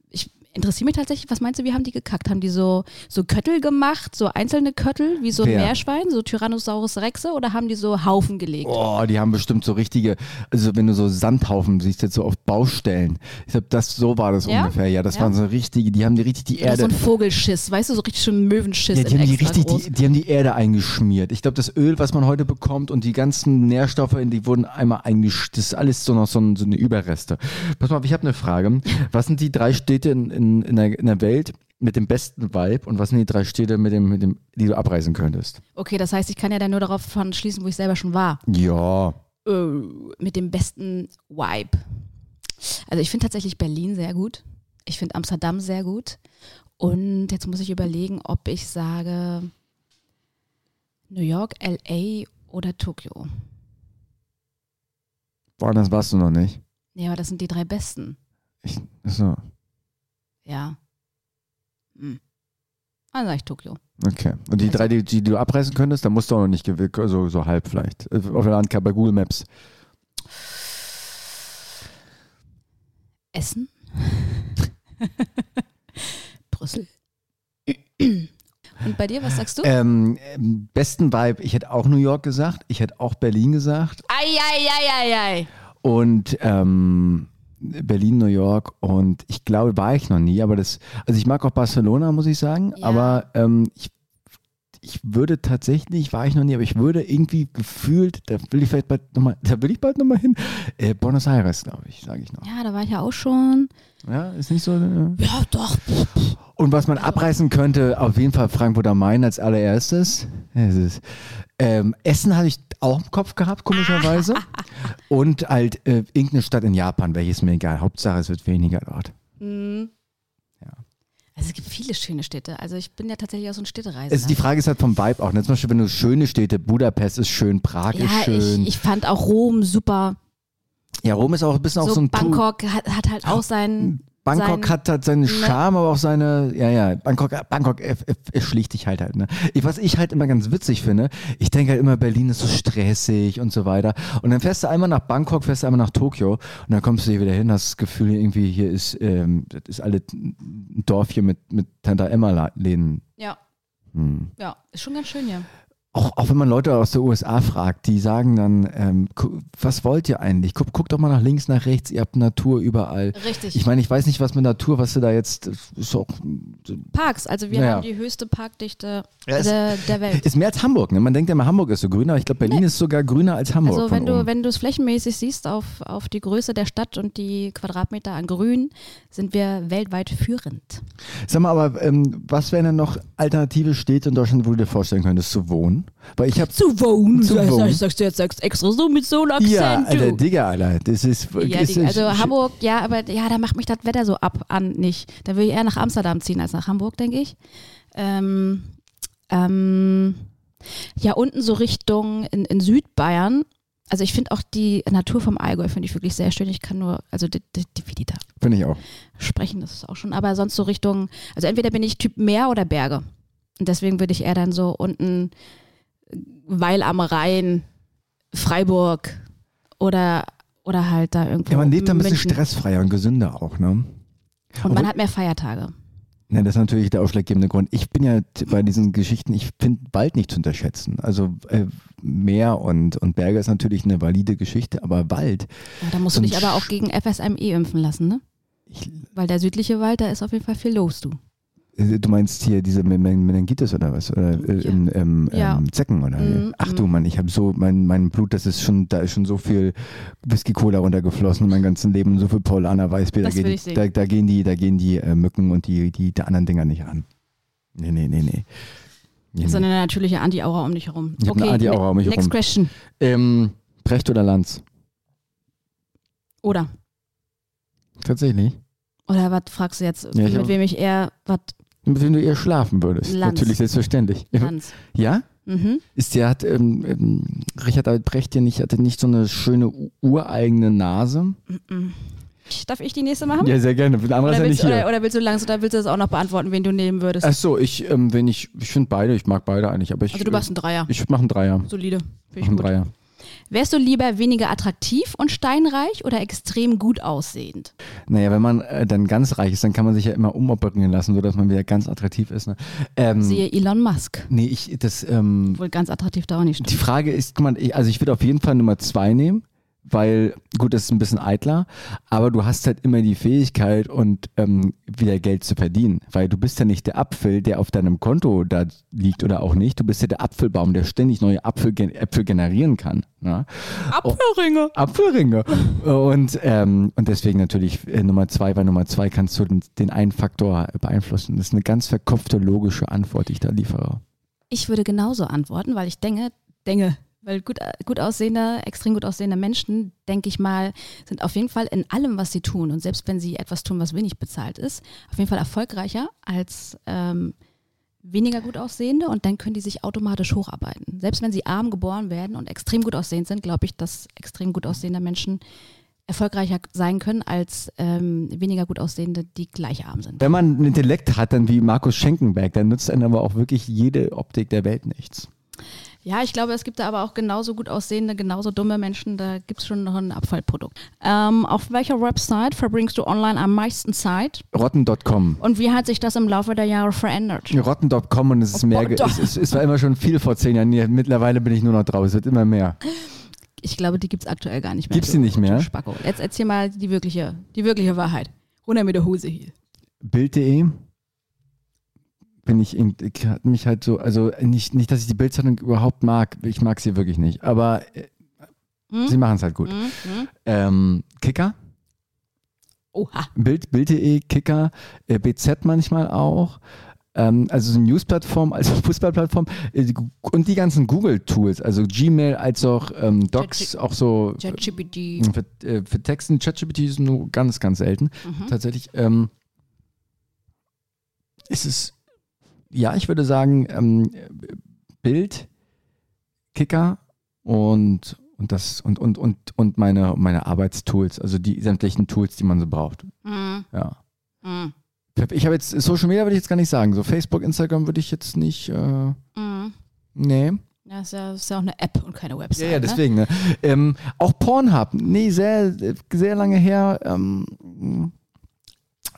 Ich interessiere mich tatsächlich, was meinst du, wie haben die gekackt? Haben die so, so Köttel gemacht, so einzelne Köttel, wie so ein Wer? Meerschwein, so Tyrannosaurus Rexe, oder haben die so Haufen gelegt? Oh, die haben bestimmt so richtige, also wenn du so Sandhaufen siehst, jetzt so auf Baustellen. Ich glaube, das so war das Ja? ungefähr. Ja, das Ja. waren so richtige, die haben die richtig die Oder Erde. so ein Vogelschiss, weißt du, so richtig schön Möwenschiss Ja, die, in haben die, extra richtig, groß. die, die haben die Erde eingeschmiert. Ich glaube, das Öl, was man heute bekommt und die ganzen Nährstoffe, die wurden einmal eingeschmiert. Das ist alles so noch so, ein, so eine Überreste. Pass mal auf, ich habe eine Frage. Was sind die drei Städte in, in, in, der, in der Welt mit dem besten Vibe und was sind die drei Städte, mit dem, mit dem, die du abreisen könntest? Okay, das heißt, ich kann ja dann nur darauf von schließen, wo ich selber schon war. Ja. Äh, mit dem besten Vibe. Also ich finde tatsächlich Berlin sehr gut. Ich finde Amsterdam sehr gut. Und jetzt muss ich überlegen, ob ich sage New York, LA oder Tokio. Woanders warst du noch nicht. Nee, aber das sind die drei besten. Ich, achso, Ja. Hm. Dann sage ich Tokio. okay. Und die Also- drei, die, die du abreisen könntest, da musst du auch noch nicht, gew- so, so halb vielleicht. Auf der Landkarte bei Google Maps. Essen. Brüssel. Und bei dir, was sagst du? Ähm, ähm, besten Vibe, ich hätte auch New York gesagt, ich hätte auch Berlin gesagt Eieieiei. und ähm, Berlin, New York und ich glaube, war ich noch nie, aber das, also ich mag auch Barcelona, muss ich sagen, Ja. aber ähm, ich, ich würde tatsächlich, war ich noch nie, aber ich würde irgendwie gefühlt, da will ich vielleicht bald nochmal, da will ich bald nochmal hin, äh, Buenos Aires, glaube ich, sage ich noch. Ja, da war ich ja auch schon. Ja, ist nicht so. äh, Ja, doch. Und was man abreißen könnte, auf jeden Fall Frankfurt am Main als allererstes. Es ist, ähm, Essen hatte ich auch im Kopf gehabt, komischerweise. Und halt äh, irgendeine Stadt in Japan, welches mir egal. Hauptsache, es wird weniger dort. Also es gibt viele schöne Städte. Also ich bin ja tatsächlich auch so ein Städtereisender. Also die Frage ist halt vom Vibe auch. Ne? Zum Beispiel, wenn du schöne Städte, Budapest ist schön, Prag ja, ist schön. Ich, ich fand auch Rom super. ja, Rom ist auch ein bisschen So, auch so ein Hm. Tour- Bangkok hat, hat halt auch seinen. Bangkok sein- hat, hat seine Charme, aber auch seine, ja, ja, Bangkok, Bangkok äh, äh, schlicht dich halt halt. Ne? Ich, was ich halt immer ganz witzig finde, ich denke halt immer, Berlin ist so stressig und so weiter. Und dann fährst du einmal nach Bangkok, fährst du einmal nach Tokio und dann kommst du hier wieder hin, hast das Gefühl, irgendwie hier ist, ähm, das ist alle ein Dorf hier mit, mit Tante Emma-Läden. Ja, Hm. ja, ist schon ganz schön, ja. Auch, auch wenn man Leute aus der USA fragt, die sagen dann, ähm, gu- was wollt ihr eigentlich? Guck, guckt doch mal nach links, nach rechts, ihr habt Natur überall. Richtig. Ich meine, ich weiß nicht, was mit Natur, was du da jetzt. äh, Ist, auch, äh, Parks, also wir Naja. haben die höchste Parkdichte Ja, es- der, der Welt. ist mehr als Hamburg. Ne? Man denkt ja immer, Hamburg ist so grün, aber ich glaube, Berlin ist sogar grüner als Hamburg. Also wenn von du, oben. wenn du es flächenmäßig siehst auf, auf die Größe der Stadt und die Quadratmeter an Grün, sind wir weltweit führend. Sag mal, aber ähm, was wären denn noch alternative Städte in Deutschland, wo du dir vorstellen könntest, zu wohnen? Weil ich habe. Zu wohnen, Zu sagst- wohnen. sagst du jetzt sagst extra so mit so einem Akzent. Ja, Alter, du. Digga, Alter. Das ist. Ja, ist die, nicht- also Hamburg, ja, aber ja, da macht mich das Wetter so ab an nicht. Da würde ich eher nach Amsterdam ziehen als nach Hamburg, denke ich. Ähm, ähm, ja, unten so Richtung in, in Südbayern. Also ich finde auch die Natur vom Allgäu finde ich wirklich sehr schön. Ich kann nur, also die, die, die, wie die da Finde ich auch. sprechen, das ist auch schon. Aber sonst so Richtung, also entweder bin ich Typ Meer oder Berge. Und deswegen würde ich eher dann so unten Weil am Rhein, Freiburg oder, oder halt da irgendwo. Ja, man lebt da ein bisschen München. stressfreier und gesünder auch, ne? Und man Obwohl- hat mehr Feiertage. Ja, das ist natürlich der ausschlaggebende Grund. Ich bin ja t- bei diesen Geschichten, ich finde Wald nicht zu unterschätzen. Also äh, Meer und, und Berge ist natürlich eine valide Geschichte, aber Wald, Ja, da musst du Und dich aber auch sch- gegen FSME impfen lassen, ne? ich, Weil der südliche Wald, da ist auf jeden Fall viel los, du. äh, du meinst hier diese Men- Men- Meningitis oder was? Oder äh, Ja. im, ähm, Ja. ähm, Zecken oder? Mhm, Ach du Mann, ich habe so, mein, mein Blut, das ist schon, da ist schon so viel Whisky-Cola runtergeflossen in meinem ganzen Leben, so viel Paulaner Weißbier, da, Das will gehen- ich sehen. da, da gehen die, da gehen die äh, Mücken und die, die, die anderen Dinger nicht ran. Nee, nee, nee, nee. nee, nee. Sondern eine natürliche Anti-Aura um dich herum. Ich hab eine Anti-Aura ne- um mich Next herum. question. Ähm, Brecht oder Lanz? Oder? Tatsächlich. Oder was fragst du jetzt, Ja, ich hab- mit wem ich eher was Wenn du eher schlafen würdest. Lanz. Natürlich, selbstverständlich. tanz? Ja? Mhm. Ist der hat ähm, ähm, Richard David Brecht ja nicht, hatte nicht so eine schöne u- ureigene Nase? Mm. Darf ich die nächste machen? Ja, sehr gerne. Ein anderer Hm? Oder willst, oder, oder willst du langsam, oder willst du das auch noch beantworten, wen du nehmen würdest? Achso, ich, ähm, wenn ich, ich finde beide, ich mag beide eigentlich, aber ich. ähm, Also du machst einen Dreier. Ich mache einen Dreier. Solide. Finde Mach ich einen gut. Dreier. Wärst du lieber weniger attraktiv und steinreich oder extrem gut aussehend? Naja, wenn man äh, dann ganz reich ist, dann kann man sich ja immer umoperieren lassen, sodass man wieder ganz attraktiv ist. Ne? Ähm, Siehe Elon Musk. nee, ich, das, ähm, Wohl ganz attraktiv da auch nicht. Die Frage ist, guck mal, ich, also ich würde auf jeden Fall Nummer zwei nehmen, weil, gut, das ist ein bisschen eitler, aber du hast halt immer die Fähigkeit und ähm, wieder Geld zu verdienen, weil du bist ja nicht der Apfel, der auf deinem Konto da liegt oder auch nicht. Du bist ja der Apfelbaum, der ständig neue Apfel, Äpfel generieren kann. Ne? Apfelringe. Apfelringe. Und, ähm, und deswegen natürlich äh, Nummer zwei, weil Nummer zwei kannst du den, den einen Faktor beeinflussen. Das ist eine ganz verkopfte, logische Antwort, die ich da liefere. Ich würde genauso antworten, weil ich denke, denke, weil gut, äh, gut aussehende, extrem gut aussehende Menschen, denke ich mal, sind auf jeden Fall in allem, was sie tun und selbst wenn sie etwas tun, was wenig bezahlt ist, auf jeden Fall erfolgreicher als ähm, weniger gut aussehende und dann können die sich automatisch hocharbeiten. Selbst wenn sie arm geboren werden und extrem gut aussehend sind, glaube ich, dass extrem gut aussehende Menschen erfolgreicher sein können als ähm, weniger gut aussehende, die gleich arm sind. Wenn man einen Intellekt hat, dann wie Markus Schenkenberg, dann nützt einem aber auch wirklich jede Optik der Welt nichts. Ja, ich glaube, es gibt da aber auch genauso gut aussehende, genauso dumme Menschen. Da gibt es schon noch ein Abfallprodukt. Ähm, auf welcher Website verbringst du online am meisten Zeit? Rotten.com. Und wie hat sich das im Laufe der Jahre verändert? Rotten.com und es ist mehr, ge- es, es, es war immer schon viel vor zehn Jahren. Ja, Mittlerweile bin ich nur noch drauf, es wird immer mehr. Ich glaube, die gibt es aktuell gar nicht mehr. Gibt's die nicht Du mehr? Spacko. Jetzt erzähl mal die wirkliche, die wirkliche Wahrheit. Runter mit der Hose hier. Bild.de, bin ich, in- ich hat mich halt so, also nicht, nicht, dass ich die Bildzeitung überhaupt mag, ich mag sie wirklich nicht, aber äh, Hm? sie machen es halt gut. Hm, hm. Ähm, Kicker, Oha. Bild, Bild.de, Kicker, äh, BZ manchmal auch. Ähm, also so News-Plattform, also Fußballplattform äh, die Gu- und die ganzen Google-Tools, also Gmail als auch ähm, Docs, auch so äh, ChatGPT. für, äh, für Texten. ChatGPT ist nur ganz, ganz selten. Mhm. Tatsächlich ähm, ist es, ja, ich würde sagen, ähm, Bild, Kicker und, und das und, und, und, und meine, meine Arbeitstools, also die sämtlichen Tools, die man so braucht. Hm, Ja. hm, Ich habe jetzt Social Media würde ich jetzt gar nicht sagen. So Facebook, Instagram würde ich jetzt nicht. Äh, hm. nee. Ja, ist ja, ist ja auch eine App und keine Website. Ja, ja, deswegen. Ne? Ähm, auch Pornhub, nee, sehr, sehr lange her. Ähm, ähm,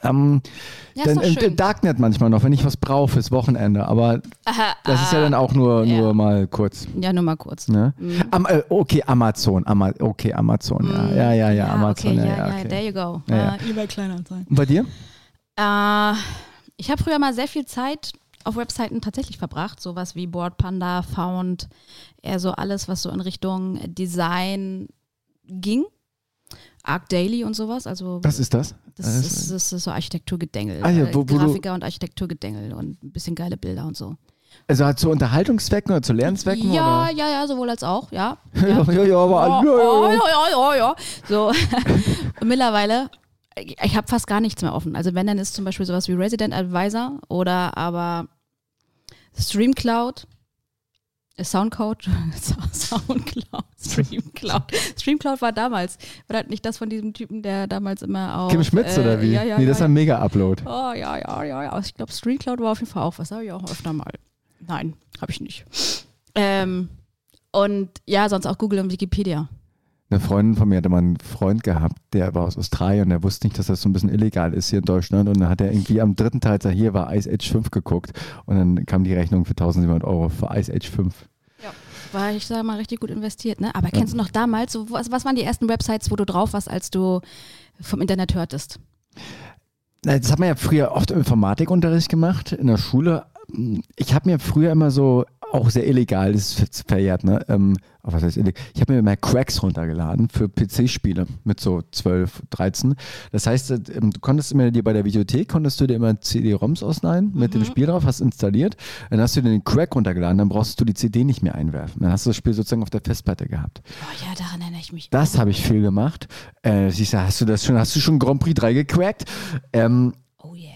Ne? Ja, ist dann doch im, im schön. Darknet manchmal noch, wenn ich was brauche fürs Wochenende. Aber Aha, das ist ja ah. dann auch nur, ja. nur mal kurz. Ja, nur mal kurz. Ne? Mhm. Am, äh, okay, Amazon. Ama okay, Amazon. Ja, Mhm. ja, ja, ja, Amazon. okay, ja, ja, ja, ja, okay. there you go. Ja, ja. Ah, eBay Kleinanzeigen. Und bei dir? Äh, ich habe früher mal sehr viel Zeit auf Webseiten tatsächlich verbracht, sowas wie Boardpanda, Found, eher so alles, was so in Richtung Design ging. Arc Daily und sowas, also Was ist das? das, das- ist, das ist so Architekturgedengel. Ah ja, äh, wo- wo du- Grafiker und Architekturgedengel und ein bisschen geile Bilder und so. Also halt zu Unterhaltungszwecken oder zu Lernzwecken? ja, oder? ja, ja, sowohl als auch, ja. ja, ja, ja, aber. Oh, ja, oh, ja. ja, ja, ja, ja. So. Und mittlerweile, ich, ich habe fast gar nichts mehr offen. Also wenn, dann ist zum Beispiel sowas wie Resident Advisor oder aber Streamcloud, äh, Soundcloud, Soundcloud, Streamcloud. Streamcloud war damals, war das nicht das von diesem Typen, der damals immer auf... Kim Schmitz äh, oder wie? Ja, ja, nee, ja, das ist ein Mega-Upload. Oh, ja, ja, ja, ja. Ich glaube, Streamcloud war auf jeden Fall auch was. Habe ich auch öfter mal. Nein, habe ich nicht. Ähm, und ja, sonst auch Google und Wikipedia. Eine Freundin von mir hatte mal einen Freund gehabt, der war aus Australien, der wusste nicht, dass das so ein bisschen illegal ist hier in Deutschland. Und dann hat er irgendwie am dritten Tag, als er hier war, Ice Age 5 geguckt. Und dann kam die Rechnung für 1700 Euro für Ice Age 5. War ich sag mal richtig gut investiert, ne? Aber kennst du noch damals, so, was, was waren die ersten Websites, wo du drauf warst, als du vom Internet hörtest? Na, Das hat man ja früher oft im Informatikunterricht gemacht, in der Schule. Ich habe mir früher immer so, auch sehr illegal, das ist verjährt, ne? Ähm, aber was heißt illegal? Ich habe mir immer Cracks runtergeladen für PC-Spiele mit so 12, 13. Das heißt, äh, ähm, du konntest immer dir bei der Videothek, konntest du dir immer CD-ROMs ausleihen mit dem Spiel drauf, hast installiert, dann hast du dir den Crack runtergeladen, dann brauchst du die CD nicht mehr einwerfen. Dann hast du das Spiel sozusagen auf der Festplatte gehabt. Oh ja, daran erinnere ich mich. Das habe ich viel gemacht. Äh, ich sag, hast du das schon, hast du schon Grand Prix 3 gecrackt? Ähm, Oh yeah.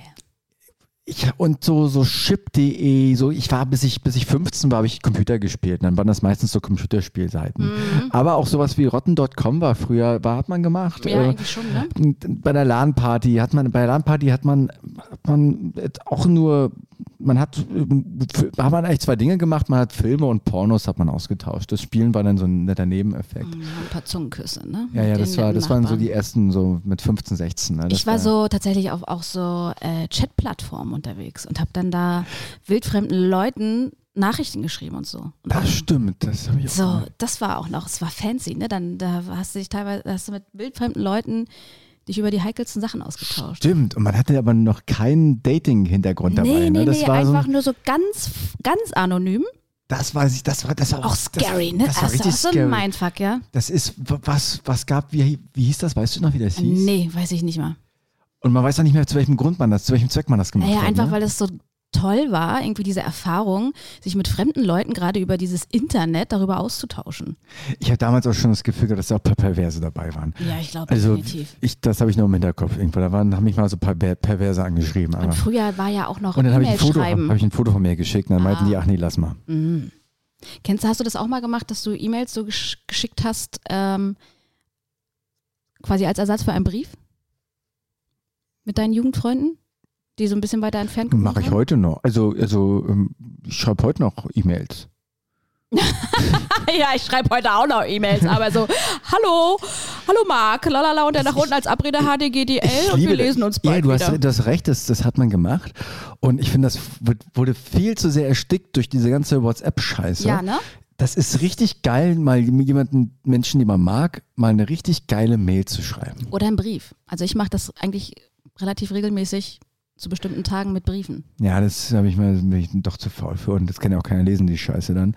ich, und so, so chip.de, so ich war, bis ich, bis ich 15 war, habe ich Computer gespielt. Und dann waren das meistens so Computerspielseiten. Mhm. Aber auch sowas wie rotten.com war früher, war, hat man gemacht. Ja, Äh, eigentlich schon, ne? und bei der LAN-Party hat man, bei der LAN-Party hat man, hat man auch nur, man hat, äh, hat man eigentlich zwei Dinge gemacht, man hat Filme und Pornos hat man ausgetauscht. Das Spielen war dann so ein netter Nebeneffekt. Ja, Ein paar Zungenküsse, ne? Ja, ja, Mit das Mhm. den war, das waren so Nachbarn. die ersten, so mit 15, 16. Ne? Das Ich war so tatsächlich auf auch so äh, Chat-Plattformen unterwegs und habe dann da wildfremden Leuten Nachrichten geschrieben und so. Und auch Das stimmt, das habe ich auch so, gemacht. das war auch noch, es war fancy, ne? Dann da hast du dich teilweise, hast du mit wildfremden Leuten dich über die heikelsten Sachen ausgetauscht. Stimmt, und man hatte aber noch keinen Dating-Hintergrund dabei. nee, ne? nee, das nee, war so, einfach ein- nur so ganz, ganz anonym. das weiß ich, das war Oh, das war Auch scary, das, ne? Das war Also, richtig so scary. ein Mindfuck, ja? Das ist was was gab wie wie hieß das? Weißt du noch, wie das hieß? Nee, weiß ich nicht mal. Und man weiß auch nicht mehr zu welchem Grund man das, zu welchem Zweck man das gemacht Naja, hat. einfach ne? weil es so toll war, irgendwie diese Erfahrung, sich mit fremden Leuten gerade über dieses Internet darüber auszutauschen. ich habe damals auch schon das Gefühl gehabt, dass da auch paar Perverse dabei waren. Ja, ich glaube Also definitiv. ich, das habe ich noch im Hinterkopf irgendwo. Da waren, haben mich mal so paar Per- Perverse angeschrieben. Aber. Und früher war ja auch noch Und dann habe ich, ein E-Mail Foto- hab schreiben. Ah. ich ein Foto von mir geschickt und dann meinten die, ach nee, lass mal. Mhm. Kennst du, hast du das auch mal gemacht, dass du E-Mails so gesch geschickt hast, ähm, quasi als Ersatz für einen Brief? Mit deinen Jugendfreunden, die so ein bisschen weiter entfernt gewohnt Mache ich haben? heute noch. Also, also ähm, ich schreibe heute noch E-Mails. Ja, ich schreibe heute auch noch E-Mails, aber so, hallo, hallo Marc, lalala, und dann nach unten als Abrede HDGDL Ich und wir liebe das. lesen uns ja, bald du wieder. hast, du hast recht, das, das hat man gemacht. Und ich finde, das wird, wurde viel zu sehr erstickt durch diese ganze WhatsApp-Scheiße. ja, ne? Das ist richtig geil, mal jemanden, Menschen, die man mag, mal eine richtig geile Mail zu schreiben. Oder ein Brief. Also ich mache das eigentlich relativ regelmäßig, zu bestimmten Tagen mit Briefen. Ja, das habe ich mal bin ich doch zu faul für und das kann ja auch keiner lesen, die Scheiße dann.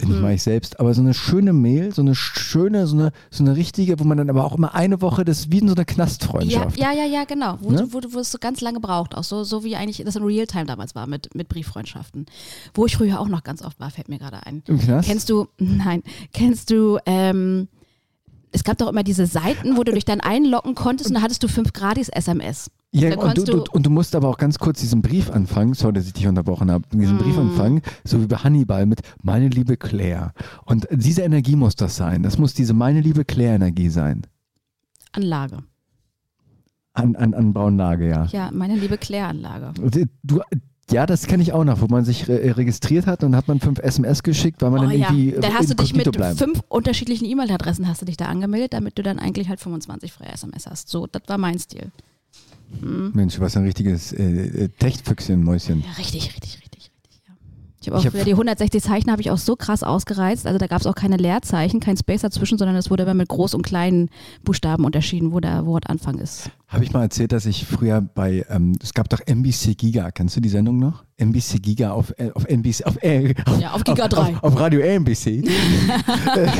Äh, Nicht Hm. mal ich selbst. Aber so eine schöne Mail, so eine schöne, so eine, so eine richtige, wo man dann aber auch immer eine Woche, das ist wie in so eine Ja, Knastfreundschaft. ja, ja, ja, genau. Wo, Ne? wo, wo es so ganz lange braucht, auch so, so wie eigentlich das in Realtime damals war mit, mit Brieffreundschaften. Wo ich früher auch noch ganz oft war, fällt mir gerade ein. Im Knast? Kennst du, nein, kennst du, ähm, es gab doch immer diese Seiten, wo du dich dann einloggen konntest und da hattest du 5 Gradis SMS. Ja, Da und du, konntest du, du- und du musst aber auch ganz kurz diesen Brief anfangen, sorry, dass ich dich unterbrochen habe, diesen Brief Mm. anfangen, so wie bei Hannibal mit Meine liebe Claire. Und diese Energie muss das sein. Das muss diese Meine liebe Claire-Energie sein. Anlage. An, an, an Braunlage, ja. Ja, meine liebe Kläranlage. Und, äh, Du, ja, das kenne ich auch noch, wo man sich re äh, registriert hat und dann hat man fünf SMS geschickt, weil man Oh dann ja, irgendwie äh, dann hast du dich mit inkognito bleiben. fünf unterschiedlichen E-Mail-Adressen hast du dich da angemeldet, damit du dann eigentlich halt 25 freie SMS hast. So, das war mein Stil. Mensch, was ein richtiges äh, äh, Techfüchschen, Mäuschen. Ja, richtig, richtig, richtig, richtig. Ja. Ich habe auch Ich hab- wieder die 160 Zeichen habe ich auch so krass ausgereizt. Also da gab es auch keine Leerzeichen, kein Space dazwischen, sondern es wurde immer mit groß und kleinen Buchstaben unterschieden, wo der Wortanfang ist. Habe ich mal erzählt, dass ich früher bei, ähm, es gab doch NBC Giga, kennst du die Sendung noch? NBC Giga auf, äh, auf NBC, auf, äh, Ja, auf Giga 3. Auf, auf Radio NBC.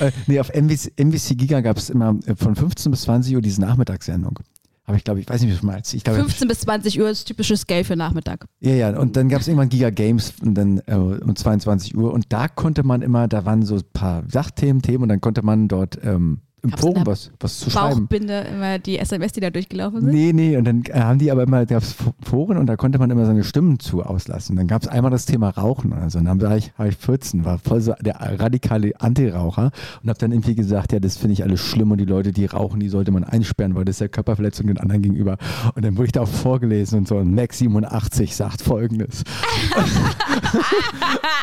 äh, nee, auf NBC, NBC Giga gab es immer äh, von 15 bis 20 Uhr diese Nachmittagssendung. Aber ich glaube, ich weiß nicht, wie viel mal. Ich glaube, 15 bis 20 Uhr ist typisches Gay für Nachmittag. Ja, ja, und dann gab es irgendwann Giga Games und dann, äh, um 22 Uhr und da konnte man immer, da waren so ein paar Sachthemen, Themen und dann konnte man dort ähm, im Gab's Forum da was, was zu schreiben. Bauchbinde, immer die SMS, die da durchgelaufen sind. Nee, nee, und dann äh, haben die aber immer, da gab es Foren und da konnte man immer seine Stimmen zu auslassen. Dann gab es einmal das Thema Rauchen oder so. Und dann war ich, war ich 14, war voll so der radikale Antiraucher und habe dann irgendwie gesagt, ja, das finde ich alles schlimm und die Leute, die rauchen, die sollte man einsperren, weil das ist ja Körperverletzung den anderen gegenüber. Und dann wurde ich da auch vorgelesen und so und Max 87 sagt folgendes.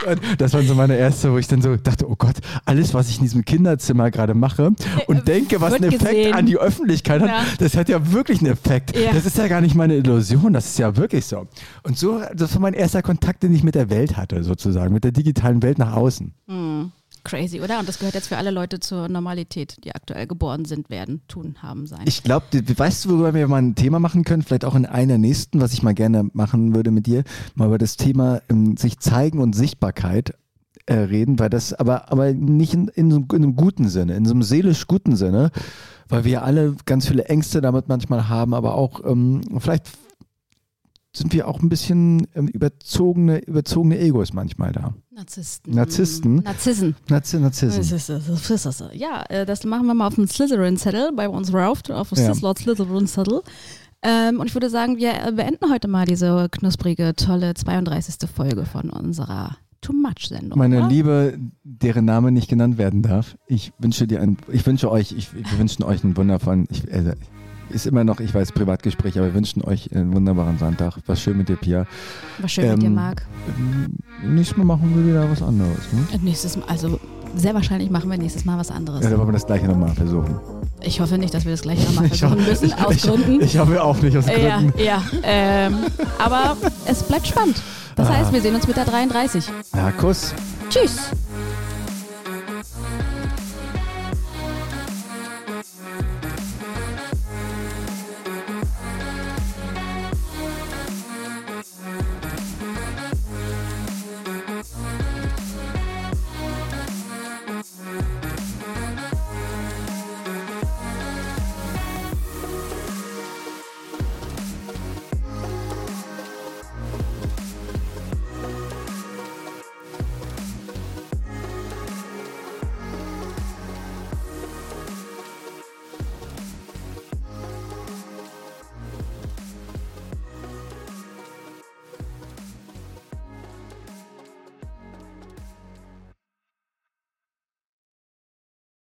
und das war so meine erste, wo ich dann so dachte, oh Gott, alles, was ich in diesem Kinderzimmer gerade mache und denke, was Äh, wird einen Effekt gesehen. an die Öffentlichkeit hat, Ja. das hat ja wirklich einen Effekt. Ja. Das ist ja gar nicht meine Illusion, das ist ja wirklich so. Und so, das war mein erster Kontakt, den ich mit der Welt hatte, sozusagen, mit der digitalen Welt nach außen. Crazy, oder? Und das gehört jetzt für alle Leute zur Normalität, die aktuell geboren sind, werden, tun, haben, sein. Ich glaube, weißt du, worüber wir mal ein Thema machen können? Vielleicht auch in einer nächsten, was ich mal gerne machen würde mit dir, mal über das Thema ähm, sich zeigen und Sichtbarkeit äh, reden, weil das aber, aber nicht in, in, so, in einem guten Sinne, in so einem seelisch guten Sinne, weil wir alle ganz viele Ängste damit manchmal haben, aber auch ähm, vielleicht sind wir auch ein bisschen ähm, überzogene, überzogene Egos manchmal da. Narzissten. Narzissten. Narzissen. Narzi- Narzissten. Ja, äh, das machen wir mal auf dem Slytherin-Zettel bei uns Raft, auf dem Ja. ja. Lord Slytherin-Zettel. Ähm, und ich würde sagen, wir äh, beenden heute mal diese knusprige, tolle 32. Folge von unserer Too Much-Sendung. Meine oder? Liebe, deren Name nicht genannt werden darf, ich wünsche dir ein, ich wünsche euch, ich, wir wünschen euch einen wundervollen, ich, also, ist immer noch, ich weiß, Privatgespräch, aber wir wünschen euch einen wunderbaren Sonntag. War schön mit dir, Pia. War schön mit ähm, dir, Marc. Ähm, Nächstes Mal machen wir wieder was anderes. Ne? Nächstes Mal, also sehr wahrscheinlich machen wir nächstes Mal was Ja, anderes. dann wollen wir das gleiche nochmal versuchen. Ich hoffe nicht, dass wir das gleich nochmal Ich hoffe- versuchen müssen, aus ich, Gründen. Äh, Ich, ich hoffe auch nicht aus Ja, Gründen. ja. Ähm, Ah. aber es bleibt spannend. Das heißt, wir sehen uns mit der 33. Na, Kuss. Tschüss.